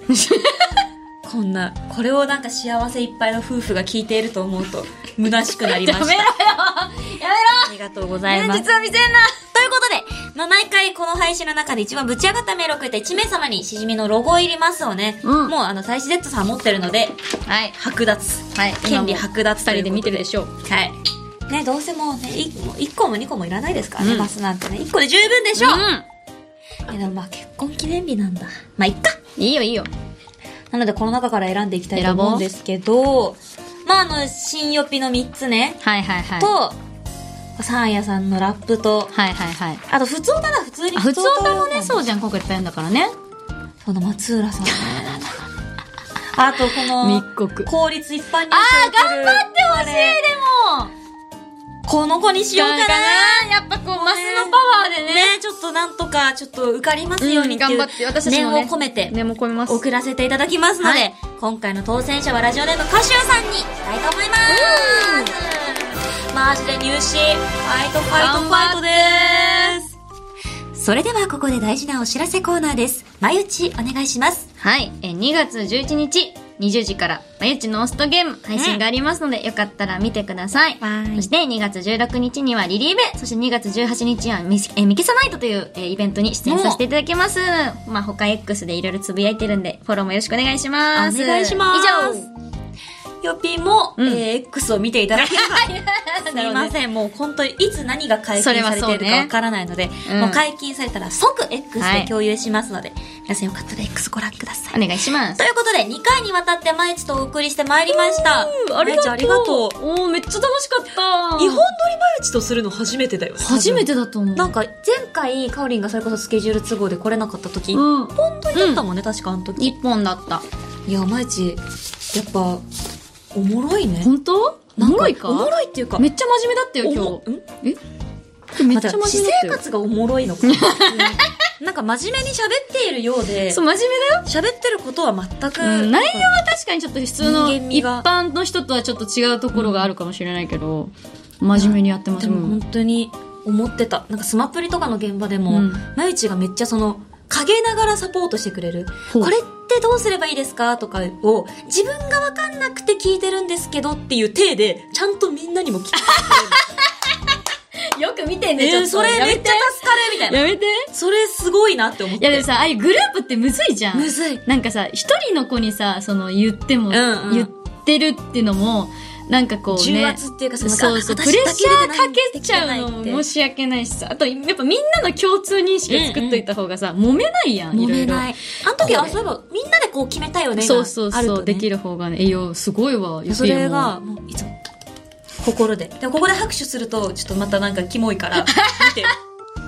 Speaker 3: こんな、これをなんか幸せいっぱいの夫婦が聞いていると思うと、虚しくなりました。 やめろよやめろありがとうございます。
Speaker 2: を見せんな
Speaker 3: ということで、まあ、毎回この配信の中で一番ぶち上がったメールをくれた1名様にしじみのロゴ入りますをね、
Speaker 2: うん
Speaker 3: もうあの、大志 Z さん持ってるので、
Speaker 2: はい。
Speaker 3: 剥奪。
Speaker 2: はい
Speaker 3: 権利剥奪と
Speaker 2: 二人
Speaker 3: いうこと
Speaker 2: で見てるでしょう。
Speaker 3: はい。ね、どうせもうね、1個も2個もいらないですからね、
Speaker 2: うん
Speaker 3: バスなんてね。1個で十分でしょ
Speaker 2: う
Speaker 3: いやでもまあ結婚記念日なんだ。まあいっか。
Speaker 2: ん。いいよ、いいよ。
Speaker 3: なのでこの中から選んでいきたいと
Speaker 2: 選ぼう
Speaker 3: 思うんですけど、まああの、新予備の3つね、
Speaker 2: はいはいはい。
Speaker 3: と、サーヤさんのラップと、
Speaker 2: はいはいはい。
Speaker 3: あと、普通だな、普通に
Speaker 2: あ、普通
Speaker 3: オタ
Speaker 2: 歌もね、
Speaker 3: そう。
Speaker 2: そうじゃん、今回いっぱいやんだからね。
Speaker 3: そうだ、松浦 さんね。あと、この、
Speaker 2: 密告
Speaker 3: 公立一般入試を受ける。あ頑張ってほしい、で
Speaker 2: も
Speaker 3: も。この子にしようかな。
Speaker 2: やっぱこう、マスのパワーでね。
Speaker 3: ね、ちょっとなんとか、ちょっと受かりますようにっていう、
Speaker 2: うん頑張って私たちもね
Speaker 3: 念を込めて、
Speaker 2: ね、もう込めます。
Speaker 3: 送らせていただきますので、
Speaker 2: はい
Speaker 3: 今回の当選者はラジオネームカシューさんにしたいと思いますマジで入試ファイトファイトファイトですそれではここで大事なお知らせコーナーですまゆちお願いします
Speaker 2: はい。えー、2月11日、20時から、まゆっちのオストゲーム配信がありますので、よかったら見てください。
Speaker 3: はーい
Speaker 2: そして、2月16日にはリリーベ、そして2月18日はミス、えーミキサナイトという、えーイベントに出演させていただきます。まあ、他 X でいろいろつぶやいてるんで、フォローもよろしくお願いします。
Speaker 3: お願いします
Speaker 2: 以
Speaker 3: よぴも、
Speaker 2: うん
Speaker 3: えー X を見ていただきます
Speaker 2: 上。
Speaker 3: すいま
Speaker 2: ん。
Speaker 3: せん、もう本当にいつ何が解禁
Speaker 2: それ
Speaker 3: さ
Speaker 2: は
Speaker 3: れ
Speaker 2: そうね
Speaker 3: ているかわからないので、
Speaker 2: うん
Speaker 3: もう解禁されたら即 X
Speaker 2: は
Speaker 3: で
Speaker 2: い
Speaker 3: 共有しますので、皆さんよかったら X ご覧ください。
Speaker 2: お願いします
Speaker 3: と。いうことで、2回にわたって毎日とお送りしてまいりました。毎日ありがとう。
Speaker 2: おー、めっちゃ楽しかった。
Speaker 3: 日本撮り毎日とするの初めてだよね。
Speaker 2: 初めてだと思う。
Speaker 3: なんか、前回、かおりんがそれこそスケジュール都合で来れなかった時、一
Speaker 2: うん。
Speaker 3: 本撮りだったもんね、確かあの時。
Speaker 2: 一本だった。
Speaker 3: いや、毎日、やっぱ、おもろいね。
Speaker 2: 本当おもろいか
Speaker 3: おもろいっていうか、
Speaker 2: めっちゃ真面目だったよ、
Speaker 3: お
Speaker 2: 今
Speaker 3: も
Speaker 2: 日。
Speaker 3: ん
Speaker 2: め
Speaker 3: ま
Speaker 2: ったちゃ真面
Speaker 3: 私
Speaker 2: 目だった
Speaker 3: 生
Speaker 2: よ。
Speaker 3: 活がおもろいのかな。うんなんか真面目に喋っているようで、
Speaker 2: そう、真面目だよ。
Speaker 3: 喋ってることは全く、
Speaker 2: うん、内容は確かにちょっと普通の
Speaker 3: 人間味
Speaker 2: 一
Speaker 3: が
Speaker 2: 般の人とはちょっと違うところがあるかもしれないけど、真面目にやってます
Speaker 3: で
Speaker 2: も
Speaker 3: も
Speaker 2: ん
Speaker 3: 本。当に思ってた。なんかスマプリとかの現場でも、
Speaker 2: うん
Speaker 3: まゆちがめっちゃその、陰ながらサポートしてくれる。
Speaker 2: ほう
Speaker 3: これってどうすればいいですかとかを、自分がわかんなくて聞いてるんですけどっていう体で、ちゃんとみんなにも聞いて
Speaker 2: よく見て
Speaker 3: く れるえーそれめっちゃ助かるみたいな。
Speaker 2: やめて。
Speaker 3: それすごいなって思っ
Speaker 2: いやで
Speaker 3: て
Speaker 2: も。さ、ああいうグループってむずいじゃん。
Speaker 3: むずい。
Speaker 2: なんかさ、一人の子にさ、その言っても、
Speaker 3: んうん
Speaker 2: 言ってるっていうのも、なんかこうね。
Speaker 3: 重圧っていうかその
Speaker 2: そうそう。
Speaker 3: あ
Speaker 2: プレッシャーかけちゃうの
Speaker 3: 私だけで何もできてないって
Speaker 2: も申し訳ないしさ。あと、やっぱみんなの共通認識を作っといた方がさ、揉めないやん、いろ
Speaker 3: 揉め
Speaker 2: いろ。
Speaker 3: ない。あの時は、そういえば、みんなでこう決めたよね。
Speaker 2: そうそう
Speaker 3: があると
Speaker 2: そう、
Speaker 3: ね
Speaker 2: できる方がね、栄養すごいわ、
Speaker 3: それが、もういつも、心で。でもここで拍手すると、ちょっとまたなんかキモいから、見 て、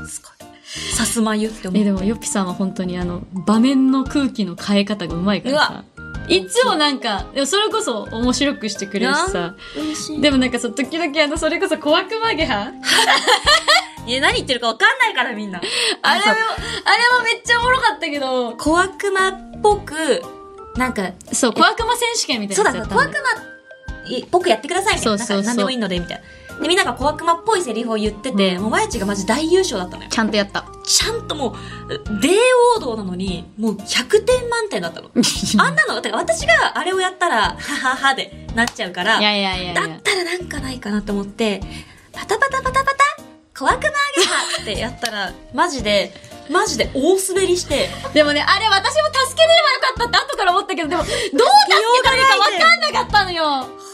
Speaker 3: すごい。さすまゆって思
Speaker 2: え
Speaker 3: う。
Speaker 2: でもヨッピさんは本当にあの場面の空気の変え方がうまいからさいつもなんかでもそれこそ面白くしてくれるしさ
Speaker 3: 嬉しい。
Speaker 2: でもなんかさ時々あのそれこそ小悪魔ゲハ
Speaker 3: え、何言ってるかわかんないからみんな。
Speaker 2: あれもあれもめっちゃおもろかったけど
Speaker 3: 小悪魔っぽく、なんか、
Speaker 2: そう小悪魔選手権みたい
Speaker 3: そう
Speaker 2: な
Speaker 3: だ、
Speaker 2: やつ
Speaker 3: 小
Speaker 2: やっ
Speaker 3: 悪
Speaker 2: た
Speaker 3: 魔
Speaker 2: の
Speaker 3: っぽくやってくださいみたいな。
Speaker 2: そうそうそう
Speaker 3: なんか何でもいいので、みたいな。で、みんなが小悪魔っぽいセリフを言ってて、
Speaker 2: うん
Speaker 3: もうまやちがマジ大優勝だったのよ。
Speaker 2: ちゃんとやった
Speaker 3: ちゃんともう、霊王道なのに、もう100点満点だったの。 あんなの、だから私があれをやったら、はははでなっちゃうから、
Speaker 2: いやいやいやい
Speaker 3: だ
Speaker 2: や
Speaker 3: ったらなんかないかなと思って、パタパタパタパタ、小悪魔あげはってやった ら、マジで、マジで大滑りして、
Speaker 2: でもねあれ私も助ければよかったって後から思ったけどでもどう助けたらいいか分かんなかったのよ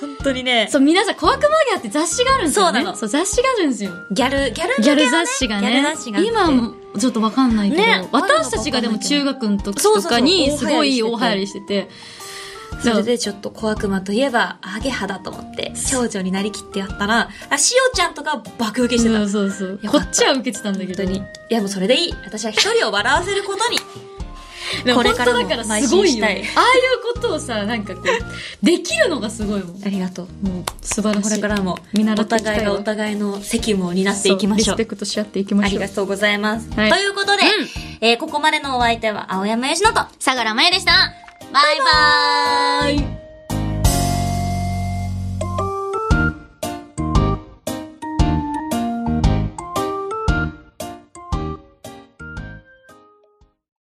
Speaker 3: 本当にね、
Speaker 2: そう皆さん小悪魔ゲハって雑誌があるんですよね
Speaker 3: そうなの
Speaker 2: そう雑誌があるんですよ
Speaker 3: ギャル、ギャル向け
Speaker 2: ギャ
Speaker 3: のね
Speaker 2: ル雑誌がね。
Speaker 3: ギャル雑誌があって
Speaker 2: 今もちょっとわかんないけど、
Speaker 3: ね
Speaker 2: 私たちがでも中学の時
Speaker 3: そう
Speaker 2: と
Speaker 3: そうそう
Speaker 2: かにすごい大流
Speaker 3: 大流行
Speaker 2: 行
Speaker 3: り
Speaker 2: りしてて。
Speaker 3: それでちょっと小悪魔といえば、アゲハだと思って、少女になりきってやったら、あ、しおちゃんとか爆受けしてた
Speaker 2: そう。そうそう
Speaker 3: よか
Speaker 2: こ
Speaker 3: った
Speaker 2: っちは受けてたんだけ
Speaker 3: 本
Speaker 2: ど。
Speaker 3: 当に。いや、もうそれでいい。私は一人を笑わせるこ とに。
Speaker 2: でも
Speaker 3: これ
Speaker 2: 本
Speaker 3: から
Speaker 2: 当
Speaker 3: も
Speaker 2: だからすごいよ。ああ
Speaker 3: 邁
Speaker 2: いう
Speaker 3: 進し
Speaker 2: ことをさ、なんかこう、できるのがすごいもん。
Speaker 3: ありが とう。
Speaker 2: もう素晴らしい。
Speaker 3: これからも、
Speaker 2: 見習
Speaker 3: お
Speaker 2: っていきた
Speaker 3: 互い
Speaker 2: い
Speaker 3: が
Speaker 2: わ
Speaker 3: お互いの責務を担っていきましょ
Speaker 2: そうリスペ。クトし合っていきま
Speaker 3: あ
Speaker 2: し
Speaker 3: り
Speaker 2: ょう
Speaker 3: が。とうございます。
Speaker 2: はい
Speaker 3: ということで、えーここまでのお相手は青山よしのと、
Speaker 6: 相良まゆでした。
Speaker 3: バイバーイ